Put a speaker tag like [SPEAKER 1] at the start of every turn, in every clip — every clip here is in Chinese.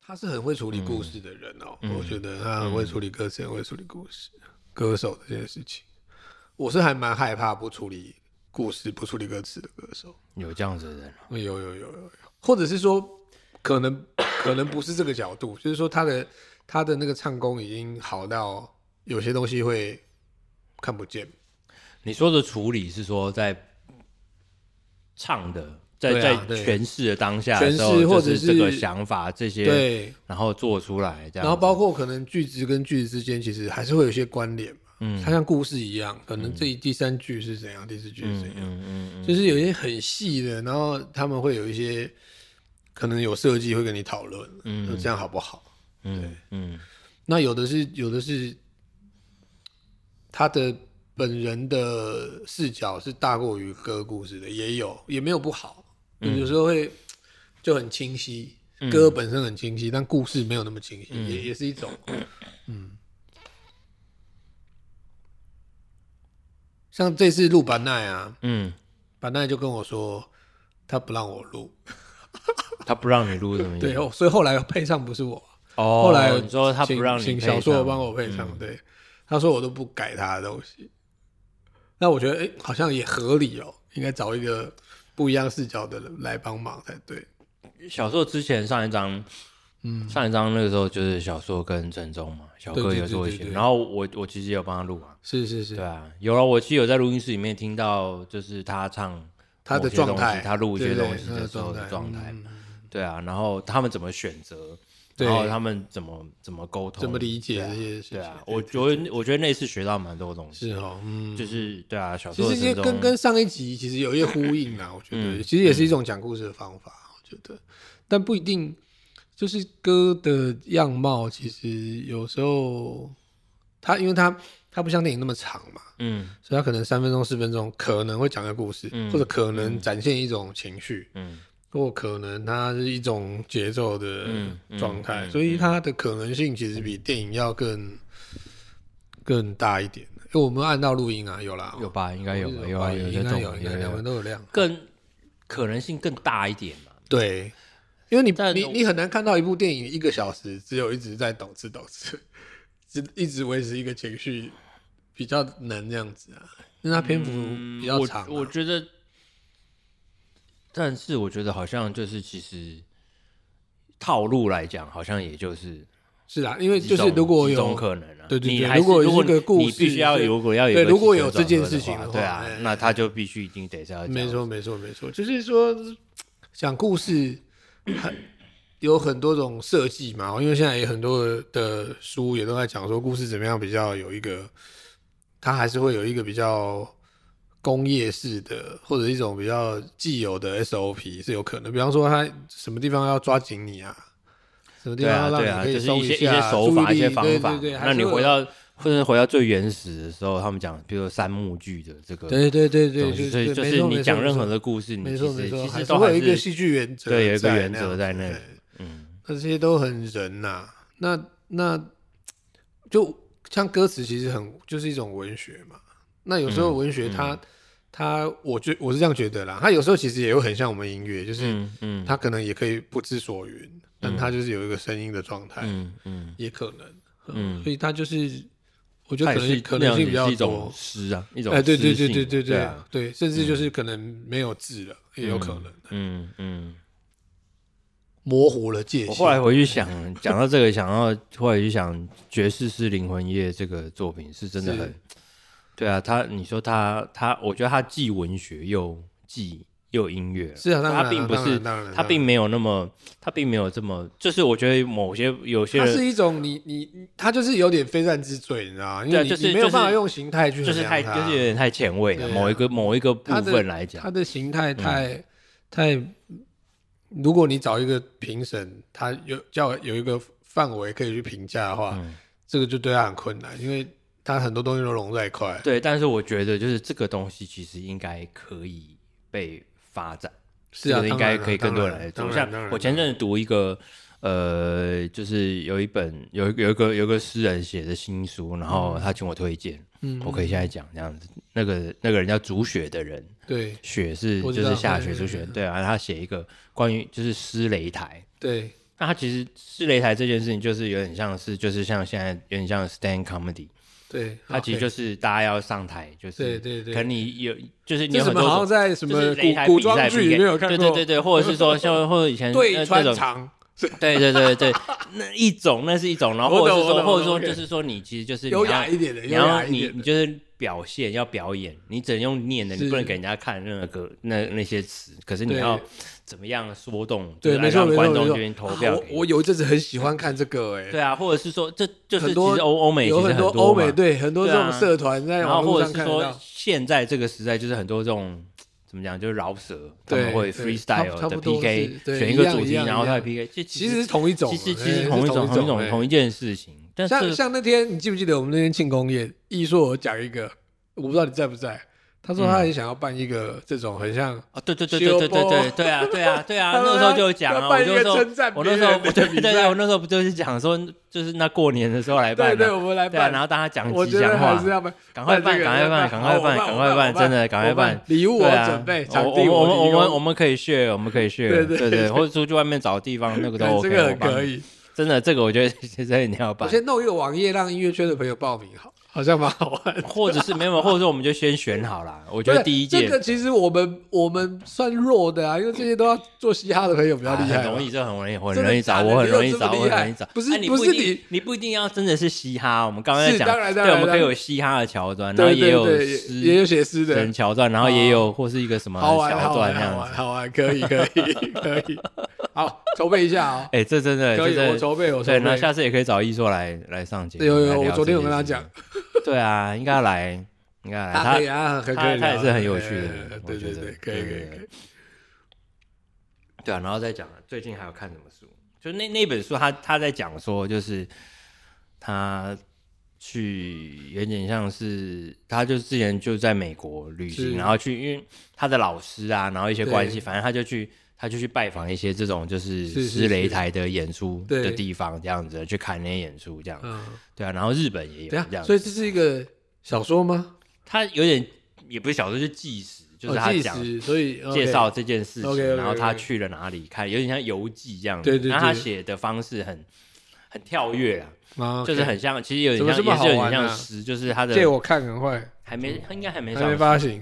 [SPEAKER 1] 他是很会处理
[SPEAKER 2] 嗯
[SPEAKER 1] 故事的人哦，我觉得他很会处理歌词，很会处理故事，歌手这件事情，我是还蛮害怕不处理故事、不处理歌词的歌手。
[SPEAKER 2] 有这样子的人啊，
[SPEAKER 1] 有有有有有，或者是说，可能可能不是这个角度，就是说他的他的那个唱功已经好到有些东西会看不见，
[SPEAKER 2] 你说的处理是说在唱的，在、
[SPEAKER 1] 对啊
[SPEAKER 2] 在
[SPEAKER 1] 对
[SPEAKER 2] 诠释的当下
[SPEAKER 1] 诠
[SPEAKER 2] 的
[SPEAKER 1] 释
[SPEAKER 2] 时候，
[SPEAKER 1] 或
[SPEAKER 2] 就
[SPEAKER 1] 者
[SPEAKER 2] 是这个
[SPEAKER 1] 是
[SPEAKER 2] 想法这些，
[SPEAKER 1] 对，
[SPEAKER 2] 然后做出来这样子，
[SPEAKER 1] 然后包括可能句子跟句子之间其实还是会有一些关联嘛，嗯，它像故事一样，可能这一第三句是怎样，第四句是怎样，
[SPEAKER 2] 嗯嗯嗯，
[SPEAKER 1] 就是有一些很细的，然后他们会有一些可能有设计会跟你讨论，嗯，这样好不好？
[SPEAKER 2] 嗯嗯
[SPEAKER 1] 那有的是有的是他的本人的视角是大过于歌故事的，也有也没有不好，有时候会就很清晰，歌本身很清晰，但故事没有那么清晰，也也是一 种，嗯嗯。像这次录板奈啊，
[SPEAKER 2] 嗯，
[SPEAKER 1] 板奈就跟我说，他不让我录，
[SPEAKER 2] 他不让你录什么意思？
[SPEAKER 1] 对，哦所以后来配唱不是我，
[SPEAKER 2] 嗯哦，
[SPEAKER 1] 后来
[SPEAKER 2] 你说他不
[SPEAKER 1] 请
[SPEAKER 2] 让你
[SPEAKER 1] 请
[SPEAKER 2] 配嗯
[SPEAKER 1] 小硕
[SPEAKER 2] 上
[SPEAKER 1] 帮我配唱，对，他说我都不改他的东西。那我觉得，哎、好像也合理哦，应该找一个不一样视角的人来帮忙才对。
[SPEAKER 2] 小硕之前上一张，嗯，上一张那个时候就是小硕跟陈忠嘛，小
[SPEAKER 1] 对
[SPEAKER 2] 哥
[SPEAKER 1] 对
[SPEAKER 2] 有
[SPEAKER 1] 对
[SPEAKER 2] 做
[SPEAKER 1] 对
[SPEAKER 2] 一些，
[SPEAKER 1] 对
[SPEAKER 2] 然后我我其实也有帮他录啊，
[SPEAKER 1] 是是是
[SPEAKER 2] 对，啊，有了，我其实有在录音室里面听到，就是他唱
[SPEAKER 1] 他的
[SPEAKER 2] 某些东西
[SPEAKER 1] 状态
[SPEAKER 2] 他录一些
[SPEAKER 1] 对对
[SPEAKER 2] 东西
[SPEAKER 1] 他的
[SPEAKER 2] 的时候的状
[SPEAKER 1] 状态嗯
[SPEAKER 2] 态，对啊，然后他们怎么选择，
[SPEAKER 1] 对
[SPEAKER 2] 然后他们怎么怎么沟通，
[SPEAKER 1] 怎么理解这些事情？
[SPEAKER 2] 对啊，我觉得我觉得那次学到蛮多东西，
[SPEAKER 1] 是哦，嗯，
[SPEAKER 2] 就是对啊，小
[SPEAKER 1] 其
[SPEAKER 2] 硕
[SPEAKER 1] 实这些
[SPEAKER 2] 陈
[SPEAKER 1] 跟
[SPEAKER 2] 忠，
[SPEAKER 1] 跟上一集其实有一些呼应 啊，我觉
[SPEAKER 2] 嗯
[SPEAKER 1] 得其实也是一种讲故事的方法，我觉得，但不一定就是歌的样貌，其实有时候它因为它它不像电影那么长嘛，
[SPEAKER 2] 嗯
[SPEAKER 1] 所以他可能三分钟、四分钟可能会讲个故事，
[SPEAKER 2] 嗯
[SPEAKER 1] 或者可能展现一种情绪，
[SPEAKER 2] 嗯
[SPEAKER 1] 或可能它是一种节奏的
[SPEAKER 2] 嗯嗯
[SPEAKER 1] 状态，
[SPEAKER 2] 嗯
[SPEAKER 1] 所以它的可能性其实比电影要更更大一点。因为我们按到录音啊，有啦，
[SPEAKER 2] 有吧，应该有
[SPEAKER 1] 我
[SPEAKER 2] 吧，
[SPEAKER 1] 是
[SPEAKER 2] 有啊，有
[SPEAKER 1] 应
[SPEAKER 2] 些
[SPEAKER 1] 该
[SPEAKER 2] 懂，
[SPEAKER 1] 有，应该两
[SPEAKER 2] 有
[SPEAKER 1] 个都有量。
[SPEAKER 2] 更可能性更大一点嘛。
[SPEAKER 1] 对，因为你
[SPEAKER 2] 但
[SPEAKER 1] 你
[SPEAKER 2] 我
[SPEAKER 1] 你很难看到一部电影一个小时只有一直在抖次抖次，只一直维持一个情绪，比较难这样子啊，因为它篇幅比较长、啊
[SPEAKER 2] 嗯我。我觉得，但是我觉得好像就是其实套路来讲，好像也就是
[SPEAKER 1] 是啦，因为
[SPEAKER 2] 几
[SPEAKER 1] 就
[SPEAKER 2] 种
[SPEAKER 1] 是如果
[SPEAKER 2] 几
[SPEAKER 1] 有
[SPEAKER 2] 种可能啊，
[SPEAKER 1] 对对
[SPEAKER 2] 你
[SPEAKER 1] 对
[SPEAKER 2] 还是
[SPEAKER 1] 如果
[SPEAKER 2] 如果
[SPEAKER 1] 是个故
[SPEAKER 2] 你必须
[SPEAKER 1] 事
[SPEAKER 2] 要
[SPEAKER 1] 是
[SPEAKER 2] 如果要有一
[SPEAKER 1] 对
[SPEAKER 2] 个
[SPEAKER 1] 如
[SPEAKER 2] 起
[SPEAKER 1] 果
[SPEAKER 2] 承
[SPEAKER 1] 有这
[SPEAKER 2] 转
[SPEAKER 1] 件
[SPEAKER 2] 合的
[SPEAKER 1] 事情
[SPEAKER 2] 话
[SPEAKER 1] 的
[SPEAKER 2] 对
[SPEAKER 1] 话
[SPEAKER 2] 啊
[SPEAKER 1] 哎，
[SPEAKER 2] 那他就必须一定得是要这
[SPEAKER 1] 没
[SPEAKER 2] 样
[SPEAKER 1] 错，没错，没错，就是说，讲故事很有很多种设计嘛，哦因为现在也很多的书也都在讲说故事怎么样比较有一个，它还是会有一个比较工业式的或者一种比较既有的 SOP 是有可能，比方说它什么地方要抓紧你啊。什么地
[SPEAKER 2] 对
[SPEAKER 1] 方
[SPEAKER 2] 啊，
[SPEAKER 1] 要让
[SPEAKER 2] 对
[SPEAKER 1] 你
[SPEAKER 2] 啊，
[SPEAKER 1] 可以
[SPEAKER 2] 就是
[SPEAKER 1] 松
[SPEAKER 2] 一些
[SPEAKER 1] 下
[SPEAKER 2] 些手
[SPEAKER 1] 注意
[SPEAKER 2] 法、一些
[SPEAKER 1] 力
[SPEAKER 2] 方
[SPEAKER 1] 对
[SPEAKER 2] 法嘛
[SPEAKER 1] 对对。还
[SPEAKER 2] 那
[SPEAKER 1] 是
[SPEAKER 2] 你
[SPEAKER 1] 会
[SPEAKER 2] 回
[SPEAKER 1] 有
[SPEAKER 2] 到或者回到最原始的时候，他们讲，比如说三幕剧的这个
[SPEAKER 1] 对对对对，
[SPEAKER 2] 东西，所
[SPEAKER 1] 对
[SPEAKER 2] 以就
[SPEAKER 1] 没
[SPEAKER 2] 是
[SPEAKER 1] 错
[SPEAKER 2] 你
[SPEAKER 1] 没
[SPEAKER 2] 讲
[SPEAKER 1] 错
[SPEAKER 2] 任
[SPEAKER 1] 没
[SPEAKER 2] 何
[SPEAKER 1] 错
[SPEAKER 2] 的故事，你
[SPEAKER 1] 没
[SPEAKER 2] 其
[SPEAKER 1] 错
[SPEAKER 2] 实
[SPEAKER 1] 没错，
[SPEAKER 2] 其实
[SPEAKER 1] 是
[SPEAKER 2] 都
[SPEAKER 1] 会有一个
[SPEAKER 2] 是嗯
[SPEAKER 1] 戏剧原则在那
[SPEAKER 2] 对
[SPEAKER 1] 样，
[SPEAKER 2] 有一个原则在那里
[SPEAKER 1] 对。那这些都很人呐、那那就像歌词，其实很就是一种文学嘛。那有时
[SPEAKER 2] 嗯
[SPEAKER 1] 候文学它、它，我觉我是这样觉得啦。它有时候其实也会很像我们音乐，就是
[SPEAKER 2] 嗯嗯
[SPEAKER 1] 它可能也可以不知所云，但它就是有一个声音的状态，
[SPEAKER 2] 嗯嗯，
[SPEAKER 1] 也可能。
[SPEAKER 2] 嗯
[SPEAKER 1] 所以它就是，我觉
[SPEAKER 2] 它
[SPEAKER 1] 得
[SPEAKER 2] 也
[SPEAKER 1] 可能可能
[SPEAKER 2] 是那样
[SPEAKER 1] 性
[SPEAKER 2] 也
[SPEAKER 1] 比较
[SPEAKER 2] 是一种
[SPEAKER 1] 多。
[SPEAKER 2] 诗啊，一种
[SPEAKER 1] 哎，对对对
[SPEAKER 2] 诗性
[SPEAKER 1] 对对
[SPEAKER 2] 对
[SPEAKER 1] 对
[SPEAKER 2] 啊，
[SPEAKER 1] 对，甚至就是可能没有字了，也有可能
[SPEAKER 2] 嗯嗯。
[SPEAKER 1] 模糊了界限。
[SPEAKER 2] 我后来回去想，讲到这个，想到后来就想，《爵士是灵魂夜》这个作品是真的很
[SPEAKER 1] 是，
[SPEAKER 2] 对啊，他你说他他，我觉得他既文学又既又音乐，
[SPEAKER 1] 是啊，当然
[SPEAKER 2] 他
[SPEAKER 1] 啊
[SPEAKER 2] 并不
[SPEAKER 1] 当然
[SPEAKER 2] 是，
[SPEAKER 1] 当然，
[SPEAKER 2] 他并没有那么，他并没有这么，就是我觉得某些有些
[SPEAKER 1] 它
[SPEAKER 2] 人
[SPEAKER 1] 是一种你你它就是有点非战之罪，你知道吗？因
[SPEAKER 2] 对啊
[SPEAKER 1] 为你、
[SPEAKER 2] 就是
[SPEAKER 1] 你没有办
[SPEAKER 2] 就
[SPEAKER 1] 法
[SPEAKER 2] 是
[SPEAKER 1] 用形态去衡
[SPEAKER 2] 就是太
[SPEAKER 1] 量它，
[SPEAKER 2] 就是有点太前卫了，
[SPEAKER 1] 啊对啊
[SPEAKER 2] 某一个某一个部
[SPEAKER 1] 它的
[SPEAKER 2] 分来讲，
[SPEAKER 1] 它的形态太、太，如果你找一个评审，他有叫有一个范围可以去评价的话，
[SPEAKER 2] 嗯
[SPEAKER 1] 这个就对他很困难，因为他很多东西都融在一块。
[SPEAKER 2] 对，但是我觉得就是这个东西其实应该可以被发展。
[SPEAKER 1] 是啊，
[SPEAKER 2] 这个应
[SPEAKER 1] 当然
[SPEAKER 2] 该
[SPEAKER 1] 啊
[SPEAKER 2] 可以更多人来
[SPEAKER 1] 当
[SPEAKER 2] 做。
[SPEAKER 1] 然啊
[SPEAKER 2] 像我前阵子读一个，呃，就是有一本有一有一个有一个诗人写的新书，
[SPEAKER 1] 嗯
[SPEAKER 2] 然后他请我推荐，我可以现在讲这样子。那个那个人叫煮雪的人，
[SPEAKER 1] 对
[SPEAKER 2] 雪是
[SPEAKER 1] 我
[SPEAKER 2] 就
[SPEAKER 1] 知
[SPEAKER 2] 是
[SPEAKER 1] 道
[SPEAKER 2] 下雪
[SPEAKER 1] 对对
[SPEAKER 2] 煮雪，对啊，他写一个关于就是诗擂台，
[SPEAKER 1] 对
[SPEAKER 2] 那它其实是擂台这件事情，就是有点像是，就是像现在有点像 stand comedy，
[SPEAKER 1] 对，
[SPEAKER 2] 它其实就是是大家要上台，就是
[SPEAKER 1] 对对对
[SPEAKER 2] 可能你有就是你
[SPEAKER 1] 这
[SPEAKER 2] 有
[SPEAKER 1] 什
[SPEAKER 2] 很
[SPEAKER 1] 么
[SPEAKER 2] 多
[SPEAKER 1] 好像
[SPEAKER 2] 种
[SPEAKER 1] 在什
[SPEAKER 2] 就
[SPEAKER 1] 么
[SPEAKER 2] 是擂
[SPEAKER 1] 古
[SPEAKER 2] 台
[SPEAKER 1] 古
[SPEAKER 2] 比
[SPEAKER 1] 装
[SPEAKER 2] 赛
[SPEAKER 1] 剧里面有看
[SPEAKER 2] 对
[SPEAKER 1] 过，
[SPEAKER 2] 对对对，或者是说像或者以前
[SPEAKER 1] 对
[SPEAKER 2] 呃
[SPEAKER 1] 穿
[SPEAKER 2] 那种
[SPEAKER 1] 肠，
[SPEAKER 2] 对对对对，那一种那是一种，然后
[SPEAKER 1] 我
[SPEAKER 2] 或者
[SPEAKER 1] 懂
[SPEAKER 2] 是
[SPEAKER 1] 我
[SPEAKER 2] 说，
[SPEAKER 1] 懂我
[SPEAKER 2] 或
[SPEAKER 1] 懂
[SPEAKER 2] 者说
[SPEAKER 1] ，OK
[SPEAKER 2] 就是说你其实就是你
[SPEAKER 1] 优雅
[SPEAKER 2] 要
[SPEAKER 1] 一点的，优
[SPEAKER 2] 然后
[SPEAKER 1] 雅一
[SPEAKER 2] 你
[SPEAKER 1] 点
[SPEAKER 2] 你
[SPEAKER 1] 的，
[SPEAKER 2] 就是表现要表演，你只能用念的，
[SPEAKER 1] 是
[SPEAKER 2] 你不能给人家看那个那那些词，可是你
[SPEAKER 1] 对
[SPEAKER 2] 要怎么样说动，就
[SPEAKER 1] 对，
[SPEAKER 2] 是
[SPEAKER 1] 没错
[SPEAKER 2] 让
[SPEAKER 1] 没错
[SPEAKER 2] 观
[SPEAKER 1] 没
[SPEAKER 2] 众这
[SPEAKER 1] 错
[SPEAKER 2] 边。投票
[SPEAKER 1] 啊
[SPEAKER 2] 给
[SPEAKER 1] 我我
[SPEAKER 2] 你。
[SPEAKER 1] 有一阵子很喜欢看这个，哎，
[SPEAKER 2] 对啊，或者是说，这就是
[SPEAKER 1] 很
[SPEAKER 2] 其
[SPEAKER 1] 多
[SPEAKER 2] 实欧欧美
[SPEAKER 1] 有
[SPEAKER 2] 其实
[SPEAKER 1] 很
[SPEAKER 2] 多
[SPEAKER 1] 欧美
[SPEAKER 2] 嘛，
[SPEAKER 1] 对很多这
[SPEAKER 2] 对
[SPEAKER 1] 种
[SPEAKER 2] 啊
[SPEAKER 1] 社团在
[SPEAKER 2] 然
[SPEAKER 1] 网
[SPEAKER 2] 后
[SPEAKER 1] 络
[SPEAKER 2] 或者
[SPEAKER 1] 上
[SPEAKER 2] 是
[SPEAKER 1] 看得
[SPEAKER 2] 说
[SPEAKER 1] 到，
[SPEAKER 2] 现在这个时代就是很多这种怎么讲，就是饶舌，他
[SPEAKER 1] 对
[SPEAKER 2] 们会
[SPEAKER 1] 对差
[SPEAKER 2] freestyle
[SPEAKER 1] 差不
[SPEAKER 2] 的
[SPEAKER 1] 多是
[SPEAKER 2] PK，
[SPEAKER 1] 对
[SPEAKER 2] 选
[SPEAKER 1] 一
[SPEAKER 2] 个
[SPEAKER 1] 样
[SPEAKER 2] 主
[SPEAKER 1] 一
[SPEAKER 2] 题，
[SPEAKER 1] 样
[SPEAKER 2] 然后
[SPEAKER 1] 一
[SPEAKER 2] 他
[SPEAKER 1] 样
[SPEAKER 2] PK，这
[SPEAKER 1] 其实是同一种，
[SPEAKER 2] 其实
[SPEAKER 1] 哎
[SPEAKER 2] 其实同一种
[SPEAKER 1] 是
[SPEAKER 2] 同一种
[SPEAKER 1] 哎
[SPEAKER 2] 同一件事情，但
[SPEAKER 1] 像
[SPEAKER 2] 是
[SPEAKER 1] 像那天，你记不记得我们那天庆功宴，艺硕有讲一个，我不知道你在不在。他说他也想要办一个这种很像，
[SPEAKER 2] 啊，对对对对对对对对啊，对 啊，对啊，
[SPEAKER 1] 他说
[SPEAKER 2] 那时候就有讲
[SPEAKER 1] 要
[SPEAKER 2] 啊，
[SPEAKER 1] 办
[SPEAKER 2] 我
[SPEAKER 1] 一个
[SPEAKER 2] 就说
[SPEAKER 1] 称赞，
[SPEAKER 2] 我
[SPEAKER 1] 别
[SPEAKER 2] 那时候
[SPEAKER 1] 人的
[SPEAKER 2] 我对
[SPEAKER 1] 比赛
[SPEAKER 2] 对对，我那时候不就是讲说，就是那过年的时候来办
[SPEAKER 1] 对对，
[SPEAKER 2] 的，
[SPEAKER 1] 我们来
[SPEAKER 2] 对啊，
[SPEAKER 1] 办。
[SPEAKER 2] 然后大家讲
[SPEAKER 1] 我
[SPEAKER 2] 吉
[SPEAKER 1] 觉得
[SPEAKER 2] 祥
[SPEAKER 1] 还是
[SPEAKER 2] 话，
[SPEAKER 1] 要办，
[SPEAKER 2] 赶快
[SPEAKER 1] 办
[SPEAKER 2] 办，
[SPEAKER 1] 这个
[SPEAKER 2] 赶快办，赶快
[SPEAKER 1] 好我
[SPEAKER 2] 办，
[SPEAKER 1] 办
[SPEAKER 2] 赶
[SPEAKER 1] 我
[SPEAKER 2] 快
[SPEAKER 1] 办我
[SPEAKER 2] 办，
[SPEAKER 1] 办
[SPEAKER 2] 真的赶快
[SPEAKER 1] 我办
[SPEAKER 2] 办。
[SPEAKER 1] 礼物
[SPEAKER 2] 对
[SPEAKER 1] 我
[SPEAKER 2] 啊，
[SPEAKER 1] 准备，场
[SPEAKER 2] 我
[SPEAKER 1] 地
[SPEAKER 2] 我们
[SPEAKER 1] 提
[SPEAKER 2] 我们
[SPEAKER 1] 供
[SPEAKER 2] 我们可以 share，我们可以
[SPEAKER 1] 对
[SPEAKER 2] share，
[SPEAKER 1] 对
[SPEAKER 2] 对或者出去外面找地方那个都
[SPEAKER 1] 对
[SPEAKER 2] OK，
[SPEAKER 1] 这个
[SPEAKER 2] 我
[SPEAKER 1] 很
[SPEAKER 2] 帮
[SPEAKER 1] 可
[SPEAKER 2] 你。
[SPEAKER 1] 以。
[SPEAKER 2] 真的，这个我觉得 真的你要
[SPEAKER 1] 我
[SPEAKER 2] 办，
[SPEAKER 1] 先弄一个网页让音乐圈的朋友报名，好，好像蛮好玩。
[SPEAKER 2] 或者是 没有，或者说我们就先选好啦。我觉
[SPEAKER 1] 不是
[SPEAKER 2] 得第一
[SPEAKER 1] 这
[SPEAKER 2] 届
[SPEAKER 1] 个其实我们我们算弱的啊，因为这些都要做嘻哈的朋友比较
[SPEAKER 2] 啊
[SPEAKER 1] 厉害
[SPEAKER 2] 很
[SPEAKER 1] 嘛，
[SPEAKER 2] 容易，这很容易，我
[SPEAKER 1] 真
[SPEAKER 2] 很
[SPEAKER 1] 的
[SPEAKER 2] 容易
[SPEAKER 1] 假
[SPEAKER 2] 找，
[SPEAKER 1] 的
[SPEAKER 2] 我很
[SPEAKER 1] 你有
[SPEAKER 2] 容易
[SPEAKER 1] 这么
[SPEAKER 2] 找，
[SPEAKER 1] 厉
[SPEAKER 2] 我很
[SPEAKER 1] 害
[SPEAKER 2] 容易找。
[SPEAKER 1] 不是
[SPEAKER 2] 啊你
[SPEAKER 1] 不
[SPEAKER 2] 不
[SPEAKER 1] 是
[SPEAKER 2] 一定
[SPEAKER 1] 你，
[SPEAKER 2] 你不一定要真的是嘻哈。我们刚刚
[SPEAKER 1] 是
[SPEAKER 2] 在讲
[SPEAKER 1] 当然，当
[SPEAKER 2] 对，
[SPEAKER 1] 然
[SPEAKER 2] 我们可以
[SPEAKER 1] 当
[SPEAKER 2] 有嘻哈的桥段，然后
[SPEAKER 1] 对
[SPEAKER 2] 也
[SPEAKER 1] 对
[SPEAKER 2] 有
[SPEAKER 1] 对，
[SPEAKER 2] 诗
[SPEAKER 1] 也有写诗的，
[SPEAKER 2] 人桥段，然后也有或是一个什么
[SPEAKER 1] 好玩，
[SPEAKER 2] 桥
[SPEAKER 1] 好玩，
[SPEAKER 2] 段这
[SPEAKER 1] 好
[SPEAKER 2] 样
[SPEAKER 1] 玩，
[SPEAKER 2] 子。
[SPEAKER 1] 好玩，可以，可以，可以。 好，筹备一下啊、
[SPEAKER 2] 哎，这真的，
[SPEAKER 1] 可以，
[SPEAKER 2] 这
[SPEAKER 1] 我
[SPEAKER 2] 真的。
[SPEAKER 1] 筹备，我筹
[SPEAKER 2] 对，
[SPEAKER 1] 备。
[SPEAKER 2] 那下次也可以找艺硕来来上节目。
[SPEAKER 1] 有
[SPEAKER 2] 来
[SPEAKER 1] 有，
[SPEAKER 2] 聊
[SPEAKER 1] 我昨天有
[SPEAKER 2] 这
[SPEAKER 1] 跟
[SPEAKER 2] 件
[SPEAKER 1] 他
[SPEAKER 2] 事
[SPEAKER 1] 讲，
[SPEAKER 2] 情。对啊，应该来，应该来。
[SPEAKER 1] 他可以啊，很可以
[SPEAKER 2] 他他也
[SPEAKER 1] 聊
[SPEAKER 2] 是很有趣
[SPEAKER 1] 哎
[SPEAKER 2] 的人我
[SPEAKER 1] 对对
[SPEAKER 2] 觉得
[SPEAKER 1] 对，可以可
[SPEAKER 2] 对
[SPEAKER 1] 以
[SPEAKER 2] 对
[SPEAKER 1] 可以。
[SPEAKER 2] 对啊，然后再讲最近还有看什么书，就那那本书他他在讲说，就是他去有点像是他就之前就在美国旅
[SPEAKER 1] 是
[SPEAKER 2] 行，然后去因为他的老师啊，然后一些
[SPEAKER 1] 对
[SPEAKER 2] 关系，反正他就去他就去拜访一些这种就是
[SPEAKER 1] 是是
[SPEAKER 2] 施雷台的演出
[SPEAKER 1] 对
[SPEAKER 2] 的地方，这样子去看那些演出，这样
[SPEAKER 1] 嗯，
[SPEAKER 2] 对啊，然后日本也有
[SPEAKER 1] 等
[SPEAKER 2] 这
[SPEAKER 1] 一下，
[SPEAKER 2] 样
[SPEAKER 1] 所
[SPEAKER 2] 子，
[SPEAKER 1] 以这是一个小说吗？
[SPEAKER 2] 他有点也不是小说，就纪实，就是
[SPEAKER 1] 哦
[SPEAKER 2] 他
[SPEAKER 1] 纪
[SPEAKER 2] 讲
[SPEAKER 1] 实，所以
[SPEAKER 2] 介，绍这件事情
[SPEAKER 1] OK，OK，OK
[SPEAKER 2] 然后他去了哪里看，有点像游记这样子。
[SPEAKER 1] 对对
[SPEAKER 2] 然后他
[SPEAKER 1] 对
[SPEAKER 2] 写的方式很很跳跃啊
[SPEAKER 1] OK 啊
[SPEAKER 2] 就是很像，其实有
[SPEAKER 1] 怎
[SPEAKER 2] 点像，
[SPEAKER 1] 么这么
[SPEAKER 2] 也是有
[SPEAKER 1] 好
[SPEAKER 2] 点
[SPEAKER 1] 玩啊
[SPEAKER 2] 像诗，就是他
[SPEAKER 1] OK 借
[SPEAKER 2] 的
[SPEAKER 1] 我看，赶快，
[SPEAKER 2] 还没，他应该还没
[SPEAKER 1] 还没
[SPEAKER 2] 上，
[SPEAKER 1] 发行，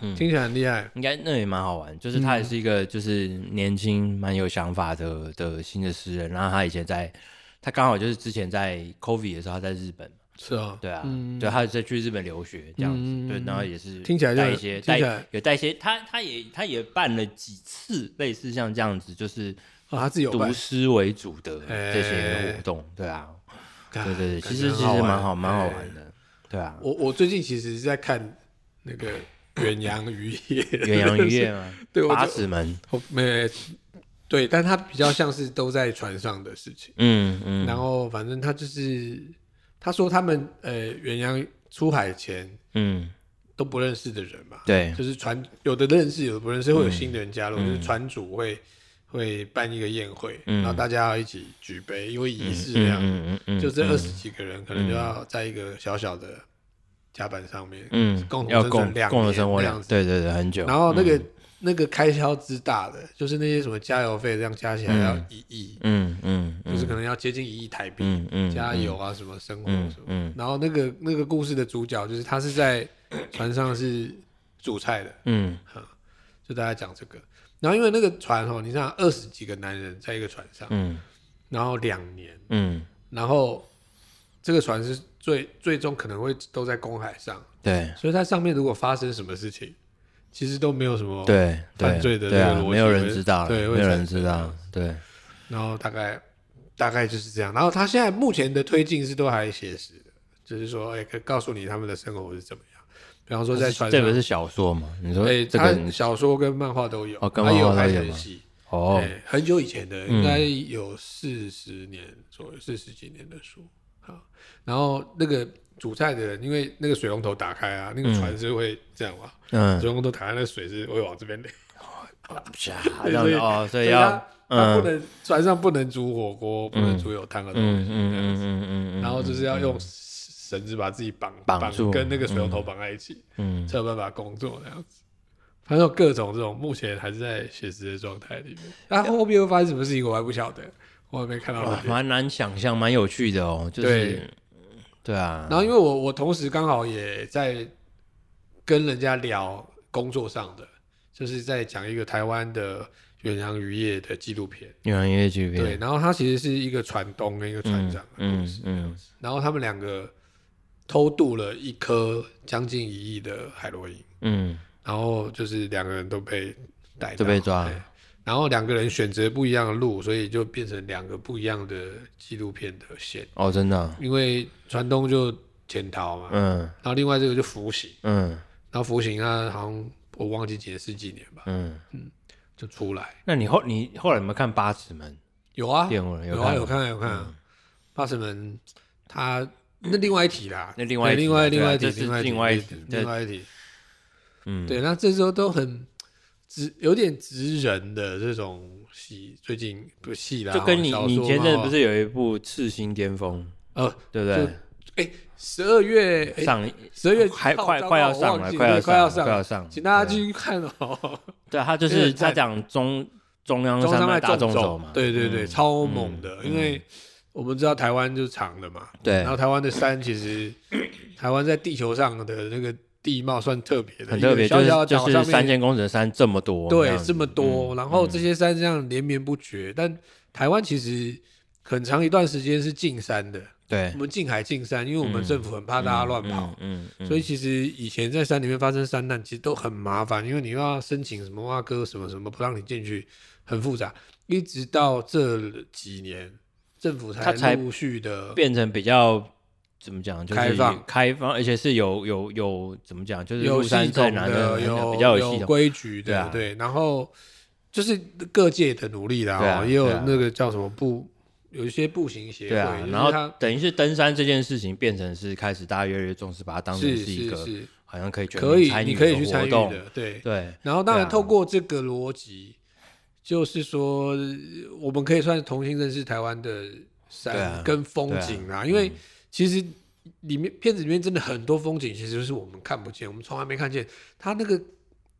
[SPEAKER 2] 嗯
[SPEAKER 1] 听起来很厉害。
[SPEAKER 2] 应该那也蛮好玩。就是他
[SPEAKER 1] 嗯
[SPEAKER 2] 也是一个就是年轻蛮有想法的的新的诗人，然后他以前在。他刚好就是之前在 COVID 的时候，他在日本，
[SPEAKER 1] 是啊，
[SPEAKER 2] 对啊，
[SPEAKER 1] 嗯
[SPEAKER 2] 对，他在去日本留学这样子，
[SPEAKER 1] 嗯嗯嗯
[SPEAKER 2] 对
[SPEAKER 1] 嗯，
[SPEAKER 2] 然后也是
[SPEAKER 1] 听起来就
[SPEAKER 2] 带一
[SPEAKER 1] 很
[SPEAKER 2] 些
[SPEAKER 1] 听
[SPEAKER 2] 带
[SPEAKER 1] 起来
[SPEAKER 2] 有带一些，他他也他也办了几次类似像这样子，就是
[SPEAKER 1] 啊，他自己有办
[SPEAKER 2] 读，诗为主的
[SPEAKER 1] 哎
[SPEAKER 2] 这些活动，对啊，对对对，
[SPEAKER 1] 感
[SPEAKER 2] 其
[SPEAKER 1] 觉
[SPEAKER 2] 实
[SPEAKER 1] 很
[SPEAKER 2] 其实蛮
[SPEAKER 1] 玩
[SPEAKER 2] 好蛮好。
[SPEAKER 1] 哎
[SPEAKER 2] 玩的，对啊，
[SPEAKER 1] 我我最近其实是在看那个远洋渔业，
[SPEAKER 2] 远洋 渔业嘛，
[SPEAKER 1] 对我
[SPEAKER 2] 八
[SPEAKER 1] 就
[SPEAKER 2] 尺门，
[SPEAKER 1] 哦没对，但它比较像是都在船上的事情。
[SPEAKER 2] 嗯嗯，
[SPEAKER 1] 然后反正他就是他说他们呃远洋出海前
[SPEAKER 2] 嗯
[SPEAKER 1] 都不认识的人嘛，
[SPEAKER 2] 对，
[SPEAKER 1] 就是船有的认识，有的不认识，
[SPEAKER 2] 嗯
[SPEAKER 1] 会有新的人加入，就是船主会会办一个宴会，
[SPEAKER 2] 嗯
[SPEAKER 1] 然后大家要一起举杯，因为仪式那
[SPEAKER 2] 嗯
[SPEAKER 1] 样，
[SPEAKER 2] 嗯嗯嗯，
[SPEAKER 1] 就这
[SPEAKER 2] 嗯
[SPEAKER 1] 二十几个人可能就要在一个小小的甲板上面，
[SPEAKER 2] 嗯
[SPEAKER 1] 共同
[SPEAKER 2] 要
[SPEAKER 1] 生
[SPEAKER 2] 共
[SPEAKER 1] 存两
[SPEAKER 2] 共同
[SPEAKER 1] 年
[SPEAKER 2] 生活
[SPEAKER 1] 那
[SPEAKER 2] 两嗯
[SPEAKER 1] 样，子
[SPEAKER 2] 对对对，很久，
[SPEAKER 1] 然后那个、那个开销之大的，就是那些什么加油费，这样加起来要一亿，
[SPEAKER 2] 嗯嗯嗯
[SPEAKER 1] 就是可能要接近一亿台币，
[SPEAKER 2] 嗯嗯，
[SPEAKER 1] 加油啊，什么生活
[SPEAKER 2] 嗯
[SPEAKER 1] 什么。
[SPEAKER 2] 嗯
[SPEAKER 1] 然后那个那个故事的主角就是他是在船上是煮菜的，
[SPEAKER 2] 嗯
[SPEAKER 1] 就大家讲这个。然后因为那个船哦，你想二十几个男人在一个船上，
[SPEAKER 2] 嗯
[SPEAKER 1] 然后两年，
[SPEAKER 2] 嗯，
[SPEAKER 1] 然后这个船是最最终可能会都在公海上，
[SPEAKER 2] 对
[SPEAKER 1] 所以它上面如果发生什么事情，其实都没有什么
[SPEAKER 2] 对
[SPEAKER 1] 哦犯
[SPEAKER 2] 对
[SPEAKER 1] 罪的
[SPEAKER 2] 对
[SPEAKER 1] 这
[SPEAKER 2] 啊
[SPEAKER 1] 个逻，辑
[SPEAKER 2] 没有
[SPEAKER 1] 会
[SPEAKER 2] 人知道了，
[SPEAKER 1] 对会
[SPEAKER 2] 没有人
[SPEAKER 1] 产生
[SPEAKER 2] 知
[SPEAKER 1] 这
[SPEAKER 2] 道
[SPEAKER 1] 样，
[SPEAKER 2] 对，
[SPEAKER 1] 然后大概大概就是这样。然后他现在目前的推进是都还写实的，就是说，哎、可以告诉你他们的生活是怎么样。比方说在船
[SPEAKER 2] 这
[SPEAKER 1] 上，
[SPEAKER 2] 个是小说嘛？你说
[SPEAKER 1] 哎、
[SPEAKER 2] 这个
[SPEAKER 1] 他小说跟漫画都有，
[SPEAKER 2] 哦跟
[SPEAKER 1] 他也有
[SPEAKER 2] 漫画
[SPEAKER 1] 拍
[SPEAKER 2] 都有
[SPEAKER 1] 成
[SPEAKER 2] 吗
[SPEAKER 1] 戏。
[SPEAKER 2] 哦，嗯
[SPEAKER 1] 哎很久以前的，应该有四十年左右，四十几年的书。好，然后那个煮菜的人，因为那个水龙头打开啊，那个船是会这样嘛，
[SPEAKER 2] 嗯，
[SPEAKER 1] 水龙头打开，那个水是会往这边流。
[SPEAKER 2] 这样
[SPEAKER 1] 所以
[SPEAKER 2] 子哦，所
[SPEAKER 1] 所
[SPEAKER 2] 以
[SPEAKER 1] 以
[SPEAKER 2] 要
[SPEAKER 1] 他他不能船上不能煮火锅，不能煮有汤的东
[SPEAKER 2] 嗯嗯嗯
[SPEAKER 1] 西，
[SPEAKER 2] 嗯嗯嗯嗯，
[SPEAKER 1] 然后就是要用绳子把自己绑
[SPEAKER 2] 绑住
[SPEAKER 1] 跟那个水龙头绑在一起，
[SPEAKER 2] 嗯
[SPEAKER 1] 才有办法工作那样子。反正有啊各种这种，目前还是在写实的状态里面。那后面会发生什么事情，我还不晓得。我也没看到
[SPEAKER 2] 哎哇
[SPEAKER 1] 那边。
[SPEAKER 2] 蛮难想象，蛮有趣的哦。就是
[SPEAKER 1] 对，
[SPEAKER 2] 对啊。
[SPEAKER 1] 然后因为我我同时刚好也在跟人家聊工作上的，就是在讲一个台湾的远洋渔业的纪录片。
[SPEAKER 2] 越南音乐剧
[SPEAKER 1] 对，
[SPEAKER 2] 片，
[SPEAKER 1] 然后他其实是一个船东跟一个船长，
[SPEAKER 2] 嗯嗯
[SPEAKER 1] 然后他们两个偷渡了一颗将近一亿的海洛因，
[SPEAKER 2] 嗯
[SPEAKER 1] 然后就是两个人都被逮到，
[SPEAKER 2] 嗯，就被抓
[SPEAKER 1] 对。然后两个人选择不一样的路，所以就变成两个不一样的纪录片的线。
[SPEAKER 2] 哦，真的啊，
[SPEAKER 1] 因为船东就潜逃嘛，
[SPEAKER 2] 嗯
[SPEAKER 1] 然后另外这个就服刑，
[SPEAKER 2] 嗯
[SPEAKER 1] 然后服刑他好像我忘记几年是几年吧，
[SPEAKER 2] 嗯。
[SPEAKER 1] 就出来。
[SPEAKER 2] 那你后你后来有没有看《八尺门
[SPEAKER 1] 有啊》，
[SPEAKER 2] 电文？
[SPEAKER 1] 有啊，
[SPEAKER 2] 看嗯
[SPEAKER 1] 有
[SPEAKER 2] 吗？
[SPEAKER 1] 看啊有看啊。八神门他那另外一题啦，
[SPEAKER 2] 那另外一
[SPEAKER 1] 对
[SPEAKER 2] 题
[SPEAKER 1] 另外
[SPEAKER 2] 对啊
[SPEAKER 1] 另外一题
[SPEAKER 2] 这是
[SPEAKER 1] 另
[SPEAKER 2] 另
[SPEAKER 1] 外一
[SPEAKER 2] 外一
[SPEAKER 1] 题
[SPEAKER 2] 题
[SPEAKER 1] 另外一题，
[SPEAKER 2] 嗯，
[SPEAKER 1] 对，那这时候都很直，有点直人的这种戏，最近不戏啦，
[SPEAKER 2] 就跟你
[SPEAKER 1] 啊小说
[SPEAKER 2] 你前
[SPEAKER 1] 漫
[SPEAKER 2] 阵
[SPEAKER 1] 画
[SPEAKER 2] 不是有一部《赤心巅峰》，
[SPEAKER 1] 呃
[SPEAKER 2] 对不对？
[SPEAKER 1] 哎十二月哎
[SPEAKER 2] 上
[SPEAKER 1] 十二月
[SPEAKER 2] 哦还
[SPEAKER 1] 号
[SPEAKER 2] 快
[SPEAKER 1] 召
[SPEAKER 2] 快
[SPEAKER 1] 到
[SPEAKER 2] 要
[SPEAKER 1] 我
[SPEAKER 2] 上
[SPEAKER 1] 忘
[SPEAKER 2] 了，
[SPEAKER 1] 记
[SPEAKER 2] 快
[SPEAKER 1] 对
[SPEAKER 2] 要
[SPEAKER 1] 快要
[SPEAKER 2] 上了，快要
[SPEAKER 1] 上，
[SPEAKER 2] 上，
[SPEAKER 1] 请大家
[SPEAKER 2] 对
[SPEAKER 1] 继续看哦。
[SPEAKER 2] 对他就
[SPEAKER 1] 有
[SPEAKER 2] 是
[SPEAKER 1] 点
[SPEAKER 2] 他
[SPEAKER 1] 看
[SPEAKER 2] 讲中嗯中 央
[SPEAKER 1] 中
[SPEAKER 2] 山
[SPEAKER 1] 脉
[SPEAKER 2] 脉大
[SPEAKER 1] 众
[SPEAKER 2] 众走嘛，
[SPEAKER 1] 对对对，
[SPEAKER 2] 嗯
[SPEAKER 1] 超猛的，
[SPEAKER 2] 嗯
[SPEAKER 1] 因为我们知道台湾就是长的嘛，
[SPEAKER 2] 对
[SPEAKER 1] 然，后台湾的山其实，台湾在地球上的那个地貌算特别的，
[SPEAKER 2] 很特
[SPEAKER 1] 一
[SPEAKER 2] 别，
[SPEAKER 1] 个小
[SPEAKER 2] 就是
[SPEAKER 1] 小的岛
[SPEAKER 2] 就是
[SPEAKER 1] 上
[SPEAKER 2] 三
[SPEAKER 1] 面
[SPEAKER 2] 千公尺的山这么多，
[SPEAKER 1] 对
[SPEAKER 2] 样
[SPEAKER 1] 这么多，
[SPEAKER 2] 嗯
[SPEAKER 1] 然后这些山这样连绵不绝，但台湾其实很长一段时间是禁山的，
[SPEAKER 2] 对
[SPEAKER 1] 我，们禁海禁山，因为我们政府很怕大家乱跑。
[SPEAKER 2] 嗯，嗯，嗯
[SPEAKER 1] 所以其实以前在山里面发生山难，其实都很麻烦，因为你又要申请什么蛙哥什么什么，不让你进去，很复杂。一直到这几年，政府才
[SPEAKER 2] 他才
[SPEAKER 1] 陆续的
[SPEAKER 2] 变成比较怎么讲，就是
[SPEAKER 1] 开放
[SPEAKER 2] 开放，而且是有有有怎么讲，就是
[SPEAKER 1] 有
[SPEAKER 2] 入山
[SPEAKER 1] 系
[SPEAKER 2] 在
[SPEAKER 1] 统
[SPEAKER 2] 南的
[SPEAKER 1] 的，有
[SPEAKER 2] 比较有
[SPEAKER 1] 有
[SPEAKER 2] 系统，
[SPEAKER 1] 规矩的，
[SPEAKER 2] 对啊
[SPEAKER 1] 对。然后就是各界的努力啦、
[SPEAKER 2] 对啊
[SPEAKER 1] 哦也有
[SPEAKER 2] 对啊
[SPEAKER 1] 那个叫什么步，有一些步行协会，
[SPEAKER 2] 对啊
[SPEAKER 1] 就，是
[SPEAKER 2] 然后
[SPEAKER 1] 它
[SPEAKER 2] 等于是登山这件事情变成是开始大家越来越重视，把它当成
[SPEAKER 1] 是
[SPEAKER 2] 是一
[SPEAKER 1] 是
[SPEAKER 2] 个
[SPEAKER 1] 是
[SPEAKER 2] 好像可以全
[SPEAKER 1] 可以
[SPEAKER 2] 民，参
[SPEAKER 1] 你
[SPEAKER 2] 与
[SPEAKER 1] 可以
[SPEAKER 2] 的
[SPEAKER 1] 去参
[SPEAKER 2] 活
[SPEAKER 1] 与
[SPEAKER 2] 动，
[SPEAKER 1] 的，对。
[SPEAKER 2] 对，
[SPEAKER 1] 然后当然
[SPEAKER 2] 对啊
[SPEAKER 1] 透过这个逻辑，就是说我们可以算重新认识台湾的
[SPEAKER 2] 对
[SPEAKER 1] 山
[SPEAKER 2] 啊嗯
[SPEAKER 1] 跟风景啊，因为其实里面片子里面真的很多风景其实是我们看不见，我们从来没看见。它那个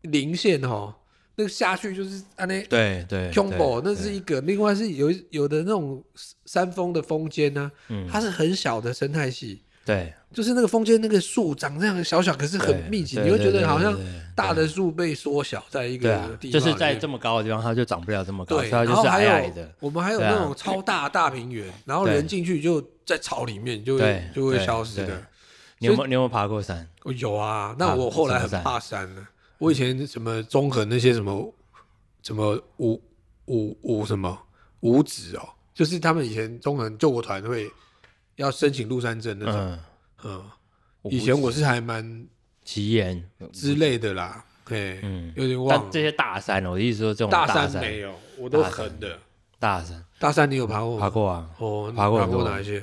[SPEAKER 1] 零线哦，那个下去就是啊那
[SPEAKER 2] 对对
[SPEAKER 1] c o m b o
[SPEAKER 2] 对
[SPEAKER 1] 那是一个，另外是有一有的那种山峰的峰间呢、
[SPEAKER 2] 嗯
[SPEAKER 1] 它是很小的生态系，
[SPEAKER 2] 对，
[SPEAKER 1] 就是那个峰间那个树长这样小小，可是很
[SPEAKER 2] 对
[SPEAKER 1] 密集，
[SPEAKER 2] 对
[SPEAKER 1] 你会
[SPEAKER 2] 对
[SPEAKER 1] 觉得
[SPEAKER 2] 对
[SPEAKER 1] 好像
[SPEAKER 2] 对对
[SPEAKER 1] 大的树被缩小在一
[SPEAKER 2] 对
[SPEAKER 1] 个
[SPEAKER 2] 啊，
[SPEAKER 1] 地方里面，
[SPEAKER 2] 就是在这么高的地方，它就长不了这么高，所
[SPEAKER 1] 对，
[SPEAKER 2] 以它
[SPEAKER 1] 然
[SPEAKER 2] 就
[SPEAKER 1] 后
[SPEAKER 2] 是
[SPEAKER 1] 还
[SPEAKER 2] 矮
[SPEAKER 1] 有
[SPEAKER 2] 矮的。
[SPEAKER 1] 我们还有
[SPEAKER 2] 对啊
[SPEAKER 1] 那种超大的大平原，然后
[SPEAKER 2] 对
[SPEAKER 1] 人进去就在草里面，就
[SPEAKER 2] 对
[SPEAKER 1] 会就会
[SPEAKER 2] 对
[SPEAKER 1] 消失
[SPEAKER 2] 对
[SPEAKER 1] 的。
[SPEAKER 2] 你有没有你有没有爬过山？
[SPEAKER 1] 我有啊，那
[SPEAKER 2] 啊
[SPEAKER 1] 我后来很
[SPEAKER 2] 什么山
[SPEAKER 1] 怕山呢、我以前什么中横那些什么什么五五五什么五指哦，就是他们以前中横救国团会要申请入山证那种，
[SPEAKER 2] 嗯，
[SPEAKER 1] 嗯，
[SPEAKER 2] 五
[SPEAKER 1] 以前我是还蛮
[SPEAKER 2] 奇岩，
[SPEAKER 1] 之类的啦，嘿，
[SPEAKER 2] 嗯
[SPEAKER 1] 有点忘
[SPEAKER 2] 但
[SPEAKER 1] 了。
[SPEAKER 2] 这些大山，哦我的意思说这种
[SPEAKER 1] 大
[SPEAKER 2] 山
[SPEAKER 1] 山没有，我都横的。
[SPEAKER 2] 大山
[SPEAKER 1] 大山你有爬过吗？
[SPEAKER 2] 爬过啊，
[SPEAKER 1] 哦，你
[SPEAKER 2] 爬过
[SPEAKER 1] 爬
[SPEAKER 2] 很
[SPEAKER 1] 过
[SPEAKER 2] 多
[SPEAKER 1] 哪一些？